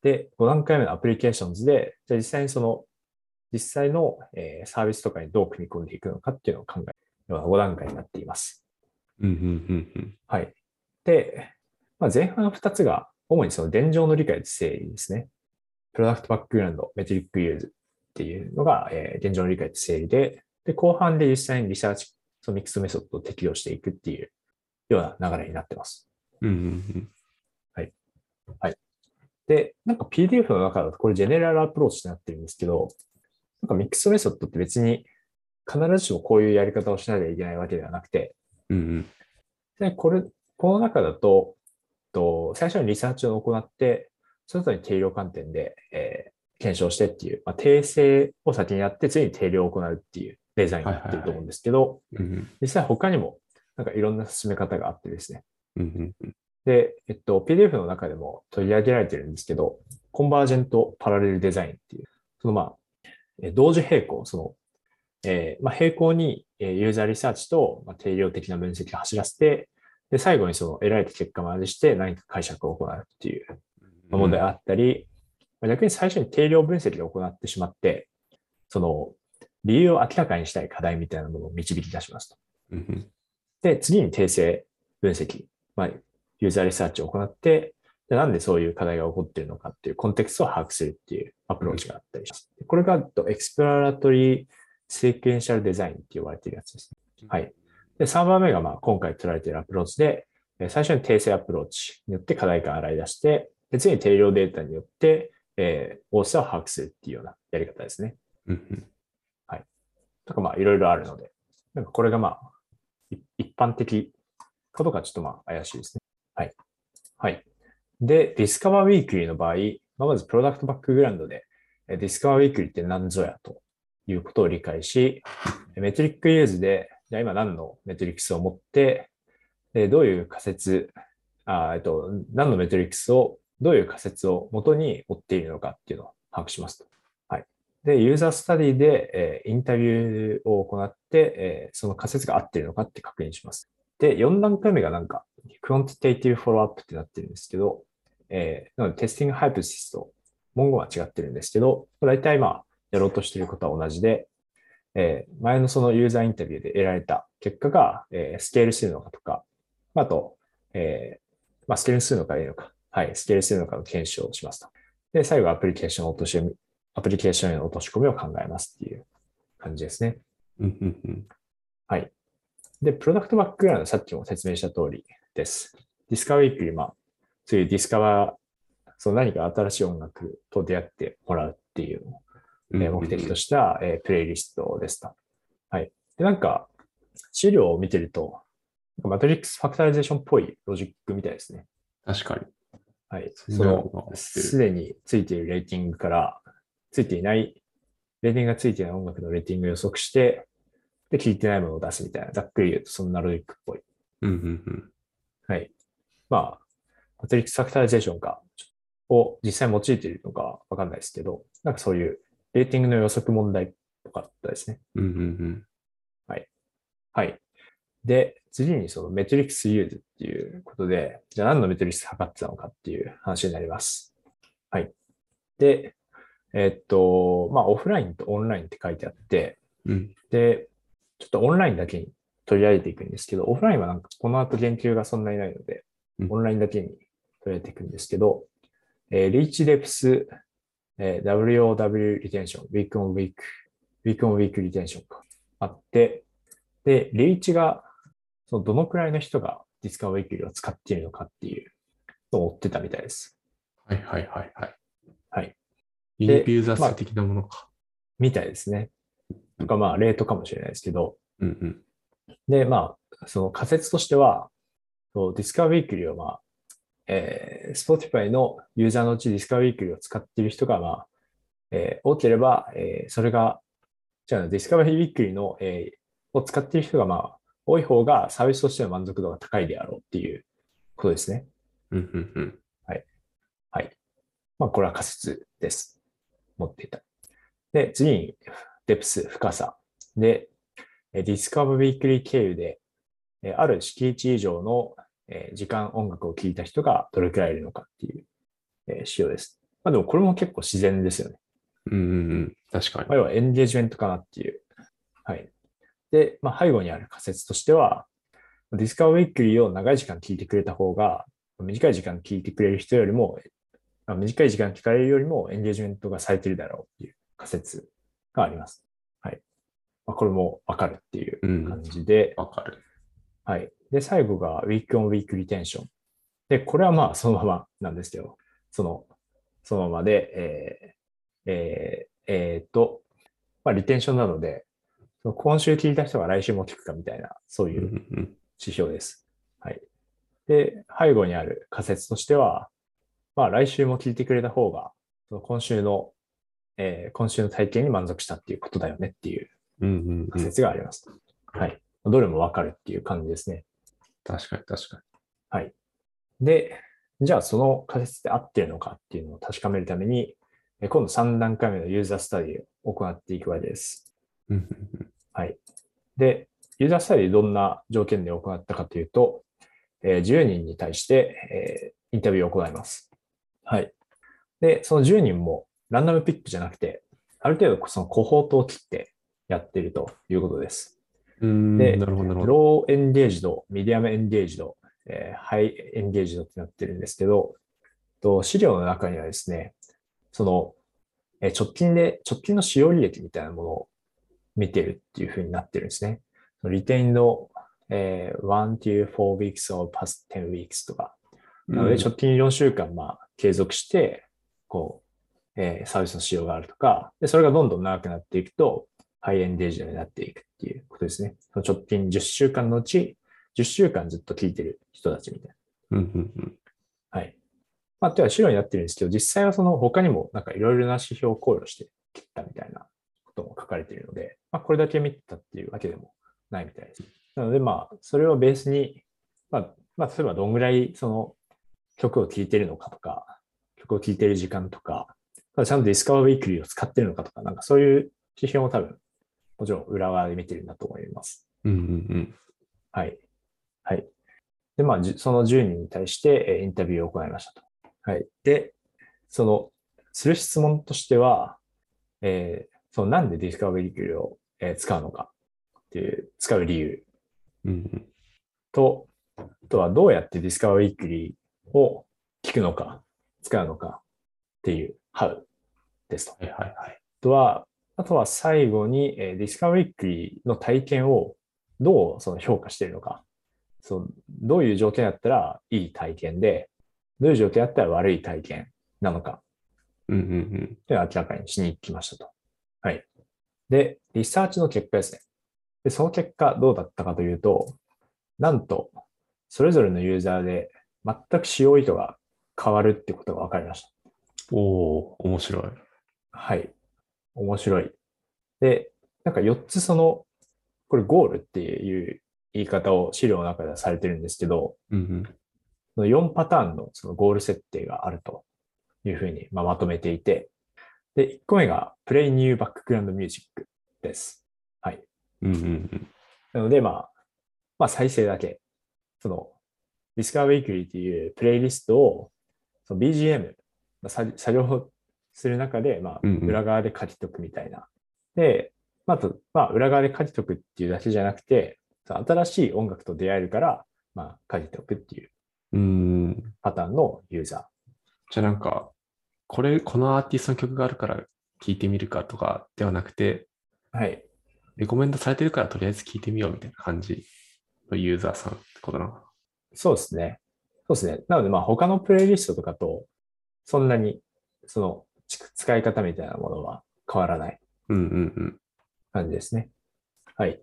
Speaker 2: で、5段階目のアプリケーションズで、じゃあ実際にその、実際の、えーサービスとかにどう組み込んでいくのかっていうのを考えるような5段階になっています。
Speaker 1: うんうんうん
Speaker 2: はい。で、まあ、前半2つが主にその伝承の理解と整理ですね。プロダクトバックグラウンド、メトリックユーズっていうのが、えー、伝承の理解と整理で、で、後半で実際にリサーチ、そのミックスメソッドを適用していくっていうような流れになってます。
Speaker 1: うんうん
Speaker 2: で、なんか PDF の中だとこれジェネラルアプローチってなってるんですけど、なんかミックスメソッドって別に必ずしもこういうやり方をしなきゃいけないわけではなくて、
Speaker 1: うんうん
Speaker 2: で、これ、この中だと、と最初にリサーチを行って、その後に定量観点で、えー検証してっていう、まあ、訂正を先にやって、次に定量を行うっていうデザインになってると思うんですけど、
Speaker 1: うんうん
Speaker 2: 実際他にも、なんかいろんな進め方があってですね。
Speaker 1: うんうん
Speaker 2: で、えっと、PDF の中でも取り上げられてるんですけど、コンバージェントパラレルデザインっていう、そのまあ、えー同時並行、その、えーまあ、並行にえーユーザーリサーチとまあ定量的な分析を走らせて、で、最後にその得られた結果までして何か解釈を行うっていうまあ問題があったり、まあ逆に最初に定量分析を行ってしまって、その理由を明らかにしたい課題みたいなものを導き出しますと。
Speaker 1: うんうん
Speaker 2: で、次に訂正分析、まあ、ユーザーリサーチを行って、でなんでそういう課題が起こっているのかっていうコンテクストを把握するっていうアプローチがあったりします。これがえっとエクスプララトリーセクエンシャルデザインって呼ばれているやつですね。はい。で、3番目がまあ今回取られているアプローチで、えー最初に訂正アプローチによって課題感を洗い出して、で次に定量データによって、えー、大きさを把握するっていうようなやり方ですね。
Speaker 1: うんうん
Speaker 2: とかまあいろいろあるので、なんかこれがまあい一般的かどうかちょっとまあ怪しいですね。はい。はい。で、ディスカバーウィークリーの場合、まあ、まずプロダクトバックグラウンドで、ディスカバーウィークリーって何ぞやということを理解し、えメトリックユーズで、じゃあ今何のメトリックスを持って、でどういう仮説あ、えっと、何のメトリックスを、どういう仮説を元に追っているのかっていうのを把握しますと。で、ユーザースタディで、えーインタビューを行って、えーその仮説が合っているのかって確認します。で、4段階目がなんか、クオンティテイティブフォローアップってなってるんですけど、えーなのでテスティングハイプシスと文言は違ってるんですけど、大体まあ、やろうとしていることは同じで、えー前のそのユーザーインタビューで得られた結果が、えースケールするのかとか、あと、えーまあ、スケールするのかいいのか、はい、スケールするのかの検証をしますと。で、最後、アプリケーションを落とし込みアプリケーションへの落とし込みを考えますっていう感じですね。
Speaker 1: うんうんうん
Speaker 2: で、プロダクトバックグラウンド、さっきも説明した通りです。ディスカバーウィークリー、まあ、そういうディスカバー、その何か新しい音楽と出会ってもらうっていうのを
Speaker 1: うん
Speaker 2: えー目的とした、えープレイリストでした。はい。で、なんか、資料を見てると、なんかマトリックスファクタリゼーションっぽいロジックみたいですね。
Speaker 1: 確かに。
Speaker 2: はい。
Speaker 1: そ
Speaker 2: そ
Speaker 1: んなのが
Speaker 2: の、
Speaker 1: 載ってる
Speaker 2: すでについているレーティングから、ついていない、レーティングがついていない音楽のレーティングを予測して、で、聞いてないものを出すみたいな、ざっくり言うと、そんなロジックっぽい。
Speaker 1: うんうんうん
Speaker 2: はい。まあ、マトリックスファクタリゼーションか、ちょを実際用いているのかわかんないですけど、なんかそういうレーティングの予測問題っぽかったですね。
Speaker 1: うんうんうん
Speaker 2: はい。で、次にそのメトリックスユーズっていうことで、じゃあ何のメトリックス測ってたのかっていう話になります。はい。で、えっと、まあ、オフラインとオンラインって書いてあって、
Speaker 1: うん。
Speaker 2: で、ちょっとオンラインだけに取り上げていくんですけど、オフラインはなんかこの後言及がそんなにないので
Speaker 1: うん、
Speaker 2: オンラインだけに取り上げていくんですけど、えーリーチレプス、えー WOW リテンション、ウィークオンウィーク、ウィークオンウィークリテンションか、あって、で、リーチが、そのどのくらいの人がディスカウィークリーを使っているのかっていうのを追ってたみたいです。
Speaker 1: はいはいはいはい。
Speaker 2: はい。
Speaker 1: ユニビューザー数的なものか。
Speaker 2: みたいですね。とか、まあ、レートかもしれないですけど、
Speaker 1: うんうん。
Speaker 2: で、まあ、その仮説としては、そうディスカウィークリーは、まあ、えー、Spotify のユーザーのうちディスカウィークリーを使っている人が、まあ、えー多ければ、えーそれが、じゃあ、ディスカウィークリーの、えーを使っている人が、まあ、多い方がサービスとしての満足度が高いであろうっていうことですね。
Speaker 1: うんうんうん。
Speaker 2: まあ、これは仮説です。持っていた。で、次に、デプス、深さ。で、えーディスカブウィークリー経由で、えーある敷地以上のえー時間、音楽を聴いた人がどれくらいいるのかっていうえー指標です。まあでもこれも結構自然ですよね。
Speaker 1: うんうんうん。確かに
Speaker 2: まあ、。要はエンゲージメントかなっていう。はい。で、まあ、背後にある仮説としては、ディスカウィークリーを長い時間聞いてくれた方が、短い時間聞いてくれる人よりも、あ短い時間聞かれるよりもエンゲージメントがされてるだろうっていう仮説があります。はい。まあ、これもわかるっていう
Speaker 1: うん。
Speaker 2: 感じで、
Speaker 1: わかる。
Speaker 2: はい。で、最後がウィークオンウィークリテンション。で、これはまあそのままなんですけど、その、そのままで、えーえーえーっと、まあリテンションなので、その今週聞いた人が来週も聞くかみたいな、そう
Speaker 1: う
Speaker 2: い
Speaker 1: んう
Speaker 2: うん指標です。はい。で、背後にある仮説としては、まあ来週も聞いてくれた方が、その今週の、えー今週の体験に満足したっていうことだよねっていう
Speaker 1: うん。うんうんう
Speaker 2: 仮
Speaker 1: ん。
Speaker 2: 説があります。はい。どれもわかるっていう感じですね。
Speaker 1: 確かに確か
Speaker 2: で、じゃあその仮説で合ってるのかっていうのを確かめるために、え今度3段階目のユーザースタディを行っていくわけです。
Speaker 1: に。うんうんうん
Speaker 2: で、ユーザースタディどんな条件で行ったかというと、えー10人に対して、えーインタビューを行います。はい。で、その10人もランダムピックじゃなくて、ある程度そのコホートを切ってやっているということです。
Speaker 1: うーん。
Speaker 2: で
Speaker 1: なるほどなるほど。
Speaker 2: ローエンゲージド、ミディアムエンゲージド、えーハイエンゲージドってなってるんですけど、と資料の中にはですね、その、えー直近で、直近の使用履歴みたいなものを見てるっていうふうになってるんですね。リテインの、えー、1 to 4 weeks or past 10 weeks とか。なの
Speaker 1: う
Speaker 2: で、
Speaker 1: ん
Speaker 2: 直近4週間、まあ、継続して、こう、えーサービスの使用があるとか、で、それがどんどん長くなっていくと、ハイエンゲージドになっていくっていうことですね。その直近10週間のうち、10週間ずっと聞いてる人たちみたい
Speaker 1: うんうんうん。
Speaker 2: な。はい。まあ、とは資料になってるんですけど、実際はその他にもなんかいろいろな指標を考慮して切ったみたいなことも書かれているので、まあ、これだけ見てたっていうわけでもないみたいです。なので、まあ、それをベースに、まあ、まあ、例えばどんぐらいその曲を聴いてるのかとか、曲を聴いてる時間とか、まあちゃんとディスカバーウィークリーを使ってるのかとか、なんかそういう指標も多分、もちろん裏側で見てるんだと思います。
Speaker 1: うんうん
Speaker 2: はい。はい。で、まあ、じその10人に対して、えーインタビューを行いましたと。はい。で、その、する質問としては、えーそのなんでディスカバリークリーを、えー使うのかっていう、使う理由
Speaker 1: うん。うんうん
Speaker 2: と、あとはどうやってディスカバリークリーを聞くのか、使うのかっていう、how ですと。
Speaker 1: はいはいはい。
Speaker 2: あとは、あとは最後に、えーディスカバリークリーの体験をどうその評価しているのか。そうどういう条件だったらいい体験で、どういう条件だったら悪い体験なのか
Speaker 1: うんうんうん。
Speaker 2: というのを明らかにしに行きましたと。はい。で、リサーチの結果ですね。で、その結果どうだったかというと、なんと、それぞれのユーザーで全く使用意図が変わるってことが分かりました。
Speaker 1: おお面白い。
Speaker 2: はい。面白い。で、なんか4つその、これゴールっていう言い方を資料の中ではされてるんですけど、
Speaker 1: うん
Speaker 2: その4パターンのそのゴール設定があるというふうにまあまとめていて、で、1個目が Play New Background Music です。
Speaker 1: うん。うんうんうん。
Speaker 2: なので、まあ、まあ再生だけ。その、Discover Weekly っていうプレイリストを、その BGM、まあ作作業する中で、まあ、
Speaker 1: うんうん
Speaker 2: 裏側で書きとくみたいな。で、まああと、まあ、裏側で書きとくっていうだけじゃなくて、その新しい音楽と出会えるから、まあ、書きとくっていう
Speaker 1: うん。
Speaker 2: パターンのユーザ
Speaker 1: じゃあなんか、これ、このアーティストの曲があるから聴いてみるかとかではなくて、
Speaker 2: ー。はい。
Speaker 1: レコメンドされてるからとりあえず聴いてみようみたいな感じのユーザーさんってことなのか
Speaker 2: そうですね。そうですね。なので、まあ、他のプレイリストとかと、そんなに、その、ち使い方みたいなものは変わらない
Speaker 1: な。うんうんうん。
Speaker 2: 感じですね。はい。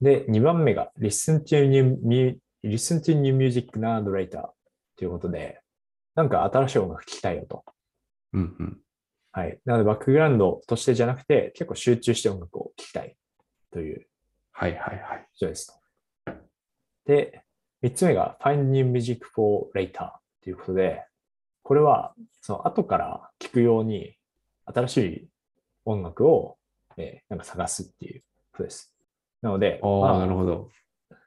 Speaker 2: で、2番目が Listen to New, Mu- Listen to new Music Now and Later ということで、なんか新しい音楽聴きたいよと。
Speaker 1: うんうん。
Speaker 2: はい。なので、バックグラウンドとしてじゃなくて、結構集中して音楽を聴きたいという
Speaker 1: はいはいはい。
Speaker 2: 人ですと。で、3つ目が Find New Music for Later ということで、これはその後から聴くように新しい音楽を、えーなんか探すっていうことです。なので、
Speaker 1: あ
Speaker 2: ま
Speaker 1: あ、なるほど。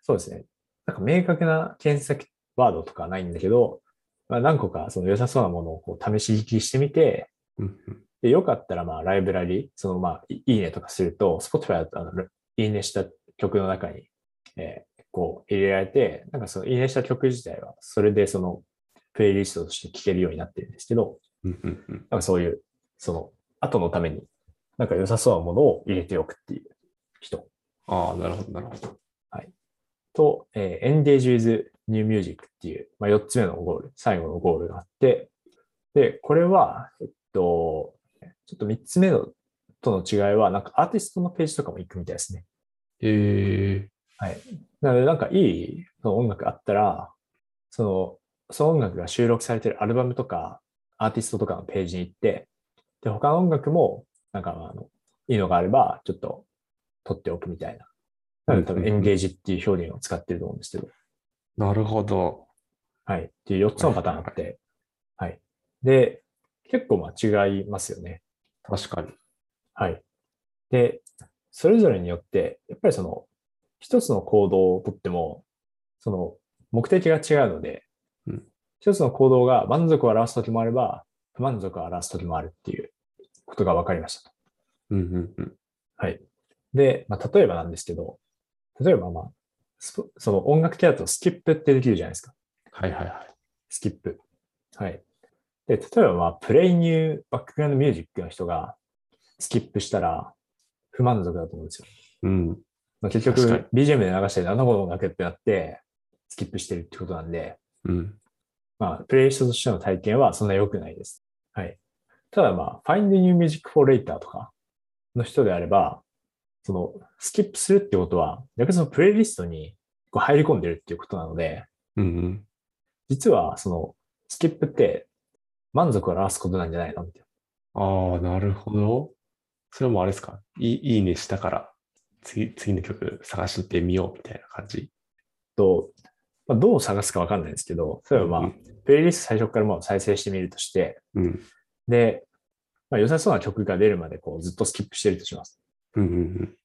Speaker 2: そうですね。なんか明確な検索ワードとかはないんだけど、まあ、何個かその良さそうなものをこう試し聞きしてみて、
Speaker 1: うんうん
Speaker 2: で、よかったら、まあ、ライブラリ、その、まあ、いいいねとかすると、Spotify だと、あの、いいねした曲の中に、えーこう、入れられて、なんかその、いいねした曲自体は、それで、その、プレイリストとして聴けるようになってるんですけど、
Speaker 1: うんうんうん。
Speaker 2: なんかそういう、その、後のために、なんか良さそうなものを入れておくっていう人
Speaker 1: ああ、なるほど、なるほど。
Speaker 2: と、えー Engage with New Music っていう、まあ、4つ目のゴール、最後のゴールがあって、で、これは、えっと、ちょっと3つ目のとの違いは、なんかアーティストのページとかも行くみたいですね。
Speaker 1: え
Speaker 2: なので、なんかいいその音楽あったら、その、その音楽が収録されてるアルバムとか、アーティストとかのページに行って、で、他の音楽も、なんか、あの、いいのがあれば、ちょっと、撮っておくみたいな。なので、多分、
Speaker 1: うん
Speaker 2: エ
Speaker 1: うんうん
Speaker 2: ンゲージっていう表現を使ってると思うんですけど。
Speaker 1: ー、なるほど。
Speaker 2: はい。っていう4つのパターンあって。はい。で、結構間違いますよね。
Speaker 1: 確かに。
Speaker 2: はい。で、それぞれによって、やっぱりその、一つの行動をとっても、その、目的が違うので
Speaker 1: うん、
Speaker 2: 一つの行動が満足を表すときもあれば、不満足を表すときもあるっていうことが分かりました。
Speaker 1: うんうんうん。
Speaker 2: で、まあ、例えばなんですけど、例えばまあ、スポその音楽系だとスキップってできるじゃないですか。
Speaker 1: はいはいはい。
Speaker 2: スキップ。はい。で、例えば、まあ、プレイニューバックグラウンドミュージックの人がスキップしたら不満足だと思うんですよ。
Speaker 1: うん。
Speaker 2: まあ、結
Speaker 1: 確か
Speaker 2: 局、BGM で流して何のこともなくってなって、スキップしてるってことなんで、
Speaker 1: うん。
Speaker 2: まあ、プレイリストとしての体験はそんな良くないです。はい。ただ、まあ、Find New Music for Later とかの人であれば、その、スキップするってことは、逆にそのプレイリストにこう入り込んでるっていうことなので、
Speaker 1: うんうん。
Speaker 2: 実はそのスキップって満足を表すことなんじゃないのみたい
Speaker 1: ああ、なるほど。それもあれですか。いいいいねしたから、次、次の曲探してみようみたいな感じ。
Speaker 2: な。と、まあ、どう探すかわかんないですけど、それはまあ、プレイリスト最初からもう再生してみるとして、
Speaker 1: うん。
Speaker 2: で、まあ、良さそうな曲が出るまでこうずっとスキップしてるとします。
Speaker 1: うんうんうん。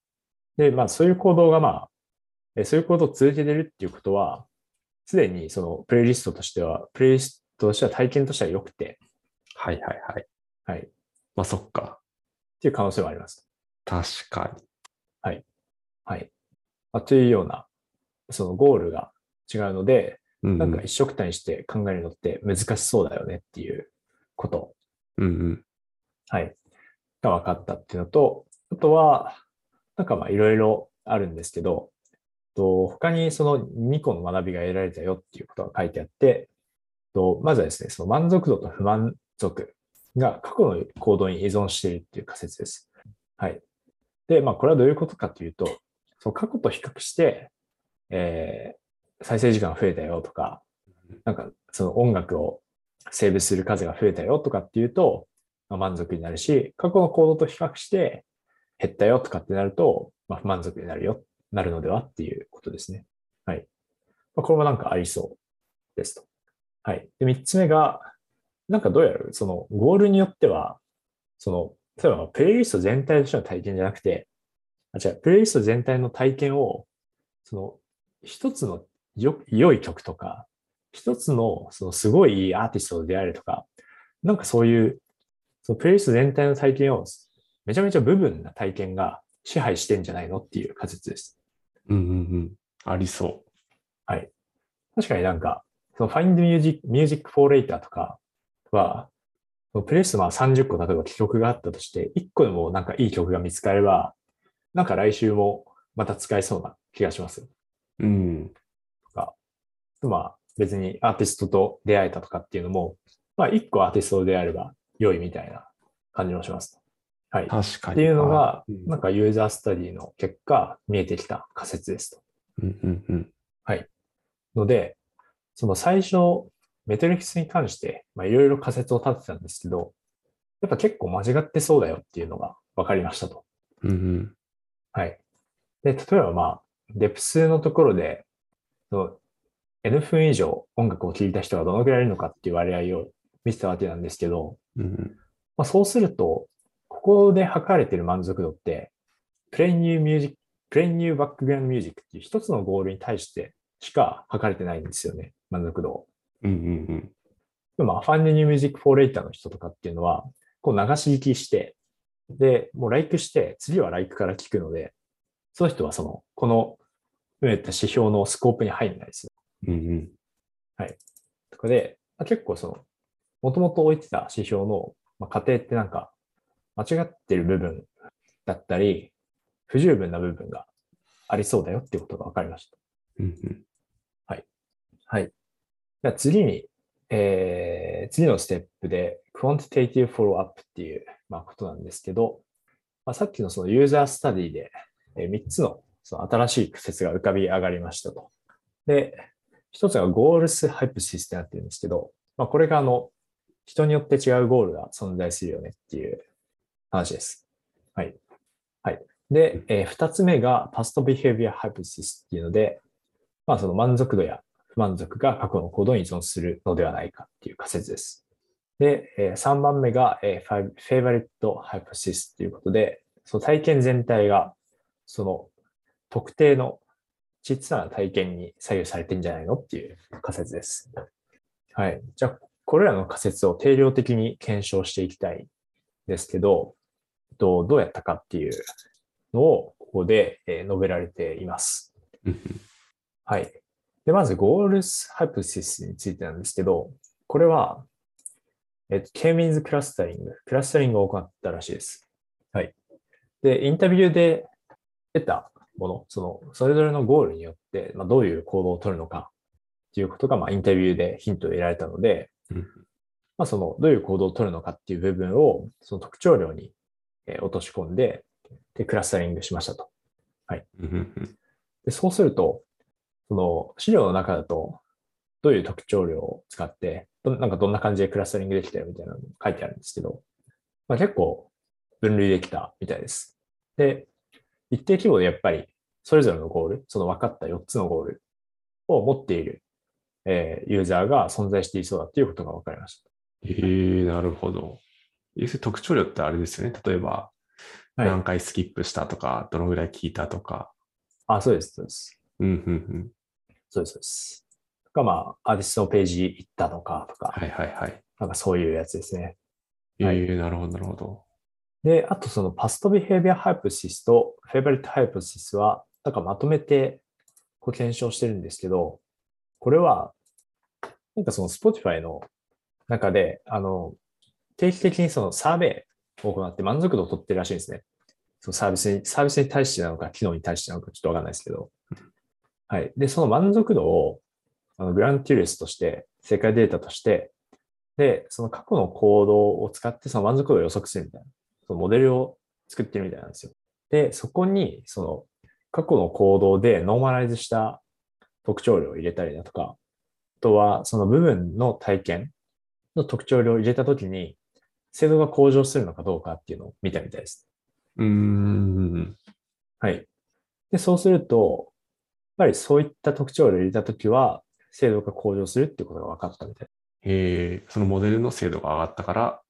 Speaker 2: で、まあそういう行動がまあ、えそういう行動を続けてるっていうことは、すでにそのプレイリストとしては、プレイリストとしては体験としては良くて、
Speaker 1: はいはいはい。
Speaker 2: はい。っ
Speaker 1: まあそっか。
Speaker 2: ていう可能性はあります。
Speaker 1: 確かに。
Speaker 2: はい。まあ、というような、そのゴールが違うので、
Speaker 1: うんうん
Speaker 2: なんか一緒くたにして考えるのって難しそうだよねっていうこと、
Speaker 1: うんうん。
Speaker 2: はい、が分かったっていうのと、あとは、なんかまあいろいろあるんですけど、と他にその2個の学びが得られたよっていうことが書いてあって、とまずはですね、その満足度と不満足が過去の行動に依存しているっていう仮説です。はい。で、まあこれはどういうことかというと、その過去と比較して、えー再生時間が増えたよとか、なんかその音楽をセーブする数が増えたよとかっていうと、まあ、満足になるし、過去の行動と比較して減ったよとかってなると、まあ、不満足になるよ、なるのではっていうことですね。はい。まあ、これもなんかありそうですと。はい。で、三つ目が、なんかどうやらそのゴールによっては、その、例えばプレイリスト全体としての体験じゃなくて、あ、違う、プレイリスト全体の体験を、その、一つのよ良い曲とか、一つのそのすごいいいアーティストと出会えるとか、なんかそういう、そのプレイリスト全体の体験をめちゃめちゃ部分な体験が支配してんじゃないのっていう仮説です。
Speaker 1: うんうんうん。ありそ
Speaker 2: 確かになんか、その Find Music, Music for Later とかは、そのプレイリストまあ30個例えば曲があったとして、1個でもなんかいい曲が見つかれば、なんか来週もまた使えそうな気がします。
Speaker 1: う。うん。
Speaker 2: まあ別にアーティストと出会えたとかっていうのも、まあ1個アーティストと出会えれば良いみたいな感じもします。はい。
Speaker 1: 確かに。
Speaker 2: っていうの
Speaker 1: あ、
Speaker 2: が
Speaker 1: う、ん
Speaker 2: なんかユーザースタディの結果、見えてきた仮説ですと。
Speaker 1: うんうんうん。
Speaker 2: ので、その最初、メトリックスに関して、まあいろいろ仮説を立てたんですけど、やっぱ結構間違ってそうだよっていうのが分かりましたと。
Speaker 1: うんうん。
Speaker 2: はい。で、例えばまあ、デプスのところで、その N 分以上音楽を聴いた人がどのくらいいるのかっていう割合を見てたわけなんですけど、
Speaker 1: うん
Speaker 2: まあ、そうすると、ここで測られてる満足度って、プレイニューミュージック、プレイニューバックグラウンドミュージックっていう一つのゴールに対してしか測れてないんですよね、満足度を。
Speaker 1: うんうん
Speaker 2: でもまあ、ファンデニューミュージックフォーレイターの人とかっていうのは、こう流し聞きして、で、もうライクして、次はライクから聞くので、その人はその、この、埋めた指標のスコープに入んないですよ
Speaker 1: うん。うんうん。
Speaker 2: とかで、まあ結構その、もともと置いてた指標の、まあ、過程ってなんか、間違ってる部分だったり、不十分な部分がありそうだよっていうことが分かりました。
Speaker 1: うんうん。
Speaker 2: はい。じゃあ次に、えー次のステップで、quantitative follow up っていう、まあ、ことなんですけど、まあ、さっきのそのユーザースタディで、え3つのその新しい仮説が浮かび上がりましたと。で、1つがゴールスハイプシスってなってるんですけど、まあ、これがあの、人によって違うゴールが存在するよねっていう話です。はい。はい。で、え2つ目がパストビヘビアハイプシスっていうので、まあその満足度や不満足が過去の行動に依存するのではないかっていう仮説です。で、えー3番目が、えーファイフェイバリットハイポシスということで、その体験全体が、その特定の小さな体験に左右されてんじゃないのっていう仮説です。はい。じゃあ、これらの仮説を定量的に検証していきたいんですけど、えっとどうやったかっていうのをここでえー述べられています。
Speaker 1: うん
Speaker 2: はい。で、まず、ゴールスハイプシスについてなんですけど、これは、えっと、ケーミンズクラスタリング、クラスタリングを行ったらしいです。はい。で、インタビューで得たもの、その、それぞれのゴールによって、まあ、どういう行動を取るのかっていうことが、まあ、インタビューでヒントを得られたので、
Speaker 1: うん
Speaker 2: まあ、その、どういう行動を取るのかっていう部分を、その特徴量にえー落とし込んで、で、クラスタリングしましたと。
Speaker 1: うんうんうん
Speaker 2: で、そうすると、その資料の中だと、どういう特徴量を使って、どんなんかどんな感じでクラスタリングできてるみたいなのも書いてあるんですけど、まあ、結構分類できたみたいです。で、一定規模でやっぱり、それぞれのゴール、その分かった4つのゴールを持っている、えーユーザーが存在していそうだっていうことが分かりまし
Speaker 1: ええなるほど。要するに特徴量ってあれですよね。例えば、
Speaker 2: た。はい。
Speaker 1: 何回スキップしたとか、どのぐらい聞いたとか。
Speaker 2: あ、そうです、そうです。
Speaker 1: うんうんうん。
Speaker 2: そうです、そうです。が、まあ、アーティストのページ行ったとか、とか、
Speaker 1: はいはいはい。
Speaker 2: なんかそういうやつですね。はい
Speaker 1: ええなるほどなるほど。
Speaker 2: で、あとそのパストビヘイビアハイプシスとフェイバリットハイプシスは、なんかまとめてこう検証してるんですけど、これは、なんかその Spotify の中で、あの、定期的にそのサーベイを行って満足度を取ってるらしいんですね。そのサービスに、サービスに対してなのか、機能に対してなのかちょっとわかんないですけど。はい。で、その満足度を、あのグランティリスとして、世界データとして、で、その過去の行動を使ってその満足度を予測するみたいな。そのモデルを作ってるみたいなんですよ。で、そこに、その、過去の行動でノーマライズした特徴量を入れたりだとか、あとは、その部分の体験の特徴量を入れたときに、精度が向上するのかどうかっていうのを見たみたいです。
Speaker 1: うーん。
Speaker 2: はい。で、そうすると、やっぱりそういった特徴量を入れたときは、精度が向上するっていうことが分かったみたい
Speaker 1: ええそのモデルの精度が上がったから、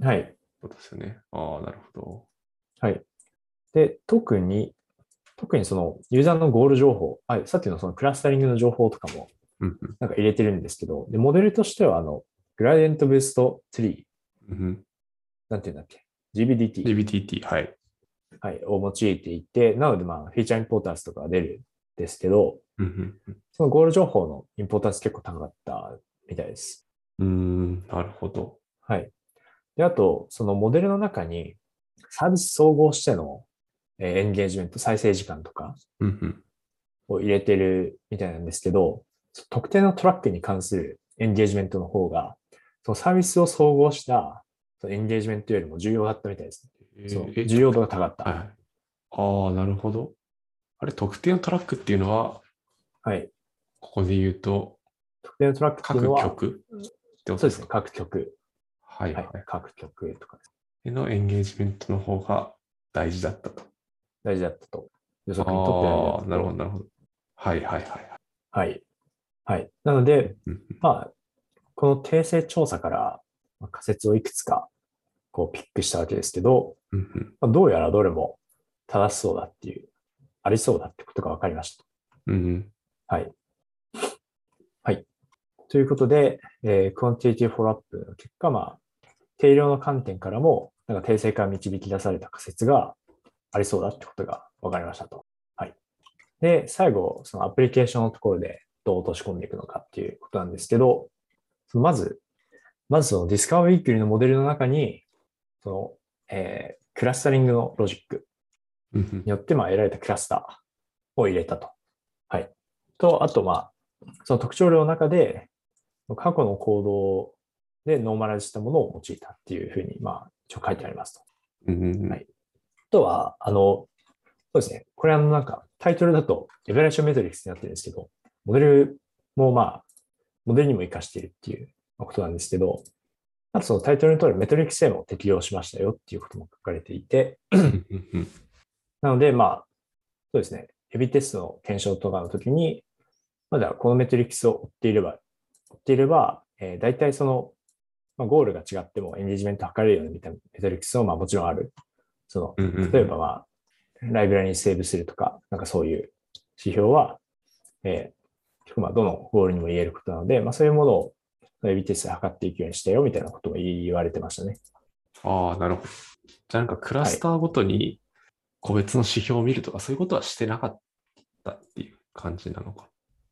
Speaker 2: はい。
Speaker 1: ことですよね。ああ、なるほど。
Speaker 2: で、特に、特にそのユーザーのゴール情報、あさっきのそのクラスタリングの情報とかも
Speaker 1: うん
Speaker 2: なんか入れてるんですけど、でモデルとしてはあのグラディエントブースト3、
Speaker 1: うんうん
Speaker 2: なんていうんだっけ、GBDT、
Speaker 1: GBTT、はい。
Speaker 2: はい、を用いていて、なので、まあ、フィーチャーインポータンスとかが出るんですけど、
Speaker 1: うん
Speaker 2: そのゴール情報のインポータンス結構高かったみたいです。
Speaker 1: うんうんなるほど。
Speaker 2: はい。で、あと、そのモデルの中に、サービス総合してのえーエンゲージメント、再生時間とか
Speaker 1: うんうん
Speaker 2: を入れてるみたいなんですけど、特定のトラックに関するエンゲージメントの方が、そのサービスを総合したそのエンゲージメントよりも重要だったみたいです、ね。そう、
Speaker 1: えー
Speaker 2: 重要度が高かった。
Speaker 1: はい。ああ、なるほど。あれ、特定のトラックっていうのは、
Speaker 2: はい。
Speaker 1: ここで言うと、
Speaker 2: 特定のトラックってい
Speaker 1: 各
Speaker 2: うのは、
Speaker 1: 局ってこと
Speaker 2: そ
Speaker 1: で
Speaker 2: うです
Speaker 1: す
Speaker 2: ね、
Speaker 1: か
Speaker 2: 各局。
Speaker 1: はい、
Speaker 2: は
Speaker 1: はいい。、
Speaker 2: 各局とかです
Speaker 1: でのエンゲージメントの方が大事だったと。
Speaker 2: 大事だったと。予測にとっては
Speaker 1: ああ、なるほど、なるほど。はいはいはい。
Speaker 2: はい。はい。なので、
Speaker 1: うん
Speaker 2: まあ、この訂正調査からまあ仮説をいくつかこうピックしたわけですけど、
Speaker 1: うんうん
Speaker 2: まあ、どうやらどれも正しそうだっていう、ありそうだってことが分かりました。
Speaker 1: うんうん
Speaker 2: はい。はい。ということで、えークオンティティフォローアップの結果、まあ、定量の観点からも、なんか訂正から導き出された仮説がありそうだってことが分かりましたと。はい。で、最後、そのアプリケーションのところでどう落とし込んでいくのかっていうことなんですけど、そのまず、まずそのディスカバーウィークリーのモデルの中に、その、えークラスタリングのロジック
Speaker 1: うんうん
Speaker 2: によってまあ得られたクラスターを入れたと。はい。と、あとまあ、その特徴量の中で、過去の行動でノーマライズしたものを用いたっていうふうに、まあ、一応書いてありますと。あ
Speaker 1: うんうん
Speaker 2: はいとは、あの、そうですね。これあの、なんか、タイトルだと、エベレーションメトリックスになってるんですけど、モデルもまあ、モデルにも活かしているっていうことなんですけど、あとそのタイトルの通り、メトリックスへも適用しましたよっていうことも書かれていて、
Speaker 1: うんうんうん
Speaker 2: なので、まあ、そうですね、ヘビテストの検証とかの時に、まだこのメトリックスを追っていれば、追っていれば、えー、大体その、まあ、ゴールが違ってもエンゲージメント測れるようにみたいなメトリックスも、まあ、もちろんある。その、
Speaker 1: うんうん
Speaker 2: 例えば、まあ、ライブラリにセーブするとか、なんかそういう指標は、えー結構まあどのゴールにも言えることなので、まあ、そういうものを A b テストで測っていくようにしたよみたいなことも言われてましたね。
Speaker 1: ああ、なるほど。じゃあなんかクラスターごとに個別の指標を見るとか、そういうことはしてなかったっていう感じなのか。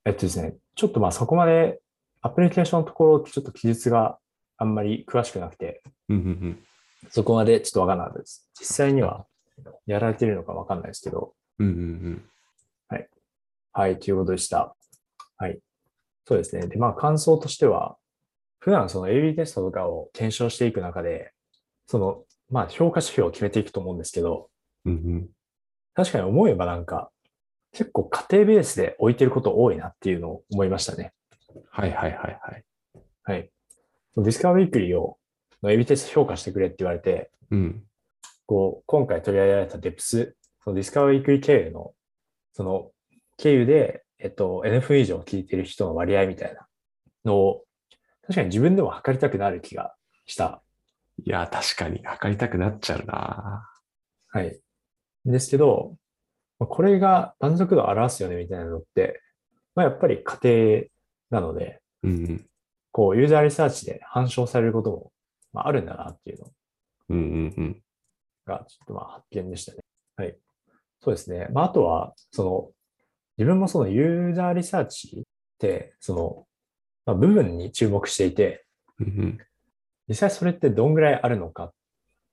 Speaker 2: えっとですね、ちょっとまあそこまでアプリケーションのところ、ちょっと記述があんまり詳しくなくて、
Speaker 1: うんうんうん
Speaker 2: そこまでちょっとわかんなかったです。実際にはやられてるのかわかんないですけど、
Speaker 1: うんうん
Speaker 2: はい、ということでした。はい。そうですね。で、まあ感想としては、普段その AB テストとかを検証していく中で、その、まあ評価指標を決めていくと思うんですけど、
Speaker 1: うんうん
Speaker 2: 確かに思えばなんか、結構家庭ベースで置いてること多いなっていうのを思いましたね。
Speaker 1: うんはいはいはいはい。
Speaker 2: はい。ディスカバーウィークリーを、のエビテスト評価してくれって言われて、
Speaker 1: うん
Speaker 2: こう、今回取り上げられたデプス、そのディスカバーウィークリー経由の、その、経由で、えっと、NF 以上聞いてる人の割合みたいなのを、確かに自分でも測りたくなる気がした。
Speaker 1: いやー、確かに測りたくなっちゃうな。
Speaker 2: はい。ですけど、まあこれが満足度を表すよねみたいなのって、まあ、やっぱり家庭なので、
Speaker 1: うん
Speaker 2: こう、ユーザーリサーチで反証されることも、まあ、あるんだなっていうのを
Speaker 1: うんうんうん
Speaker 2: がちょっとまあ発見でしたね。はい。そうですね。まあ、あとは、その、自分もそのユーザーリサーチって、その、まあ、部分に注目していて、
Speaker 1: うんうん
Speaker 2: 実際それってどんぐらいあるのか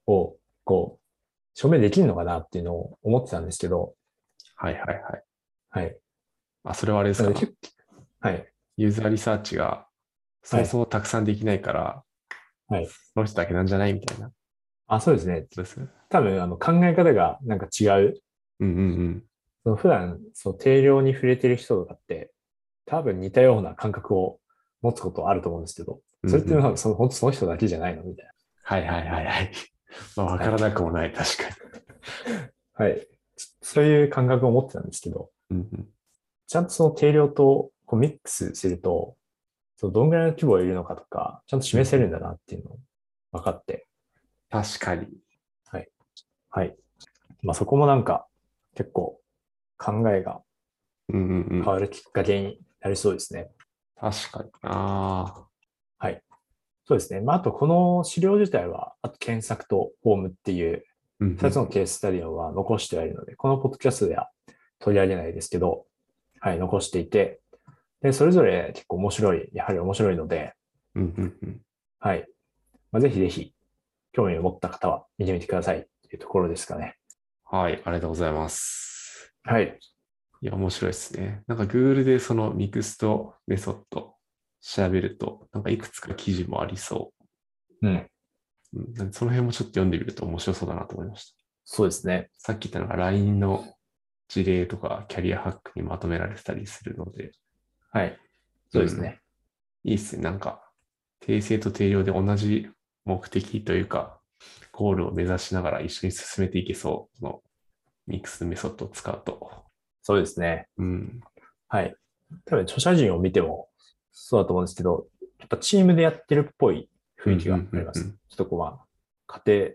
Speaker 2: を、こう、証明できるのかなっていうのを思ってたんですけど、
Speaker 1: はいはいはい。
Speaker 2: はい。
Speaker 1: あ、それはあれです
Speaker 2: な
Speaker 1: か
Speaker 2: ので。結構はい。
Speaker 1: ユーザーリサーチがそもそもたくさんできないから、
Speaker 2: はい
Speaker 1: その人だけなんじゃないみたいな。
Speaker 2: あ、そうですね。
Speaker 1: そうです。
Speaker 2: 多分、あの、考え方がなんか違う。
Speaker 1: うんうん
Speaker 2: その普段、その定量に触れてる人とかって、多分似たような感覚を持つことあると思うんですけど、
Speaker 1: うん。
Speaker 2: それって
Speaker 1: うんうん
Speaker 2: なんかその本当その人だけじゃないのみたい
Speaker 1: はいはいはいはい。まあ、わからなくもない、確かに。
Speaker 2: な。はい。ちそういう感覚を持ってたんですけど、
Speaker 1: うんうん
Speaker 2: ちゃんとその定量とこうミックスすると、そのどんぐらいの規模がいるのかとか、ちゃんと示せるんだなっていうのを分かって、
Speaker 1: 確かに。
Speaker 2: まあそこもなんか結構考えが
Speaker 1: うんうんうん
Speaker 2: 変。わるきっかけになりそうですね。
Speaker 1: 確かにな。
Speaker 2: そうですね。まあ、あと、この資料自体は、あと検索とフォームっていう
Speaker 1: うん
Speaker 2: 2つのケーススタディは残してはいるので、このポッドキャストでは取り上げないですけど、はい、残していて、で、それぞれ結構面白い、やはり面白いので、
Speaker 1: うんうんうん。
Speaker 2: はい。まあ、ぜひぜひ、興味を持った方は見てみてくださいというところですかね。
Speaker 1: はい、ありがとうございます。
Speaker 2: はい。
Speaker 1: いや、面白いですね。なんか Google でそのミクストメソッド調べると、なんかいくつか記事もありそ
Speaker 2: う
Speaker 1: う。う
Speaker 2: ん。
Speaker 1: んなんでその辺もちょっと読んでみると面白そうだなと思いました。
Speaker 2: そうですね。
Speaker 1: さっき言ったのが LINE の事例とかキャリアハックにまとめられてたりするので、
Speaker 2: はい。そうですね。
Speaker 1: いいっすね。なんか、訂正と定量で同じ目的というか、ゴールを目指しながら一緒に進めていけそう。このミックスメソッドを使うと。
Speaker 2: そうですね。
Speaker 1: うん。
Speaker 2: はい。多分、著者陣を見てもそうだと思うんですけど、やっぱチームでやってるっぽい雰囲気がありま
Speaker 1: うん
Speaker 2: す。
Speaker 1: うんうんう
Speaker 2: ちょっとこう、まあ、家庭、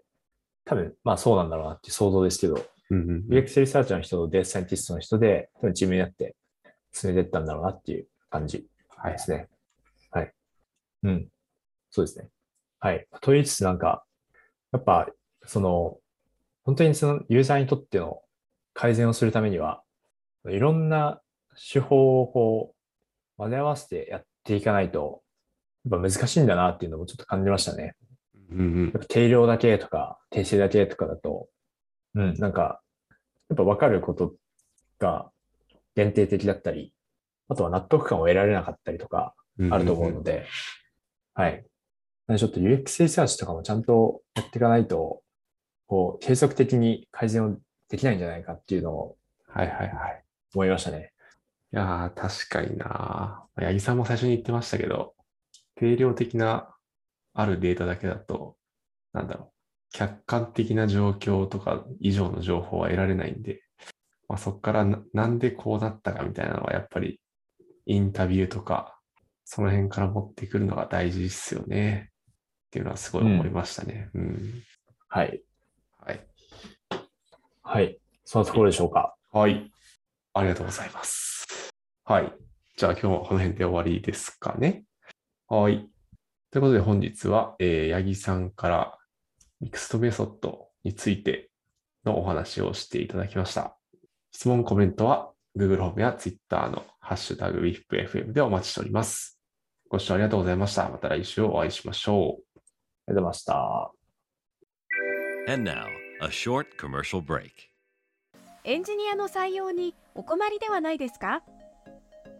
Speaker 2: 多分、まあそうなんだろうなっていう想像ですけど、
Speaker 1: うんうんうん
Speaker 2: UX リサーチの人とデータサイエンティストの人で、多分チームになって進めていったんだろうなっていう感じ
Speaker 1: は
Speaker 2: で
Speaker 1: い。
Speaker 2: すね。はい。うん。そうですね。はい。と言いつつなんか、やっぱ、その、本当にそのユーザーにとっての改善をするためには、いろんな手法をこう、混ぜ合わせてやっていかないと、やっぱ難しいんだなっていうのもちょっと感じましたね。
Speaker 1: うんうん
Speaker 2: やっぱ定量だけとか、訂正だけとかだと、うん、なんか、やっぱ分かることが限定的だったり、あとは納得感を得られなかったりとか、
Speaker 1: うん
Speaker 2: あると思うので、はい。なのでちょっと UX リサーチとかもちゃんとやっていかないと、こう、継続的に改善をできないんじゃないかっていうのを
Speaker 1: はいはいはい。
Speaker 2: 思いましたね。
Speaker 1: いやー、確かにな。八木さんも最初に言ってましたけど、定量的なあるデータだけだと、なんだろう、客観的な状況とか以上の情報は得られないんで、まあ、そこからななんでこうなったかみたいなのは、やっぱりインタビューとか、その辺から持ってくるのが大事ですよね。っていうのはすごい思いましたね。うん。
Speaker 2: はい。
Speaker 1: はい。
Speaker 2: はい。そのところでしょうか。
Speaker 1: はい。ありがとうございます。はい。じゃあ今日はこの辺で終わりですかね。はい。ということで本日は、えー、八木さんからミクストメソッドについてのお話をしていただきました。質問、コメントは Google ホームや Twitter のハッシュタグ WIFFM でお待ちしております。ご視聴ありがとうございました。また来週お会いしましょう。
Speaker 2: ありがとうございました。
Speaker 4: And now, a short commercial break.
Speaker 5: エンジニアの採用にお困りではないですか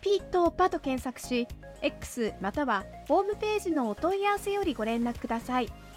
Speaker 5: ピーとパと検索し X またはホームページのお問い合わせよりご連絡ください。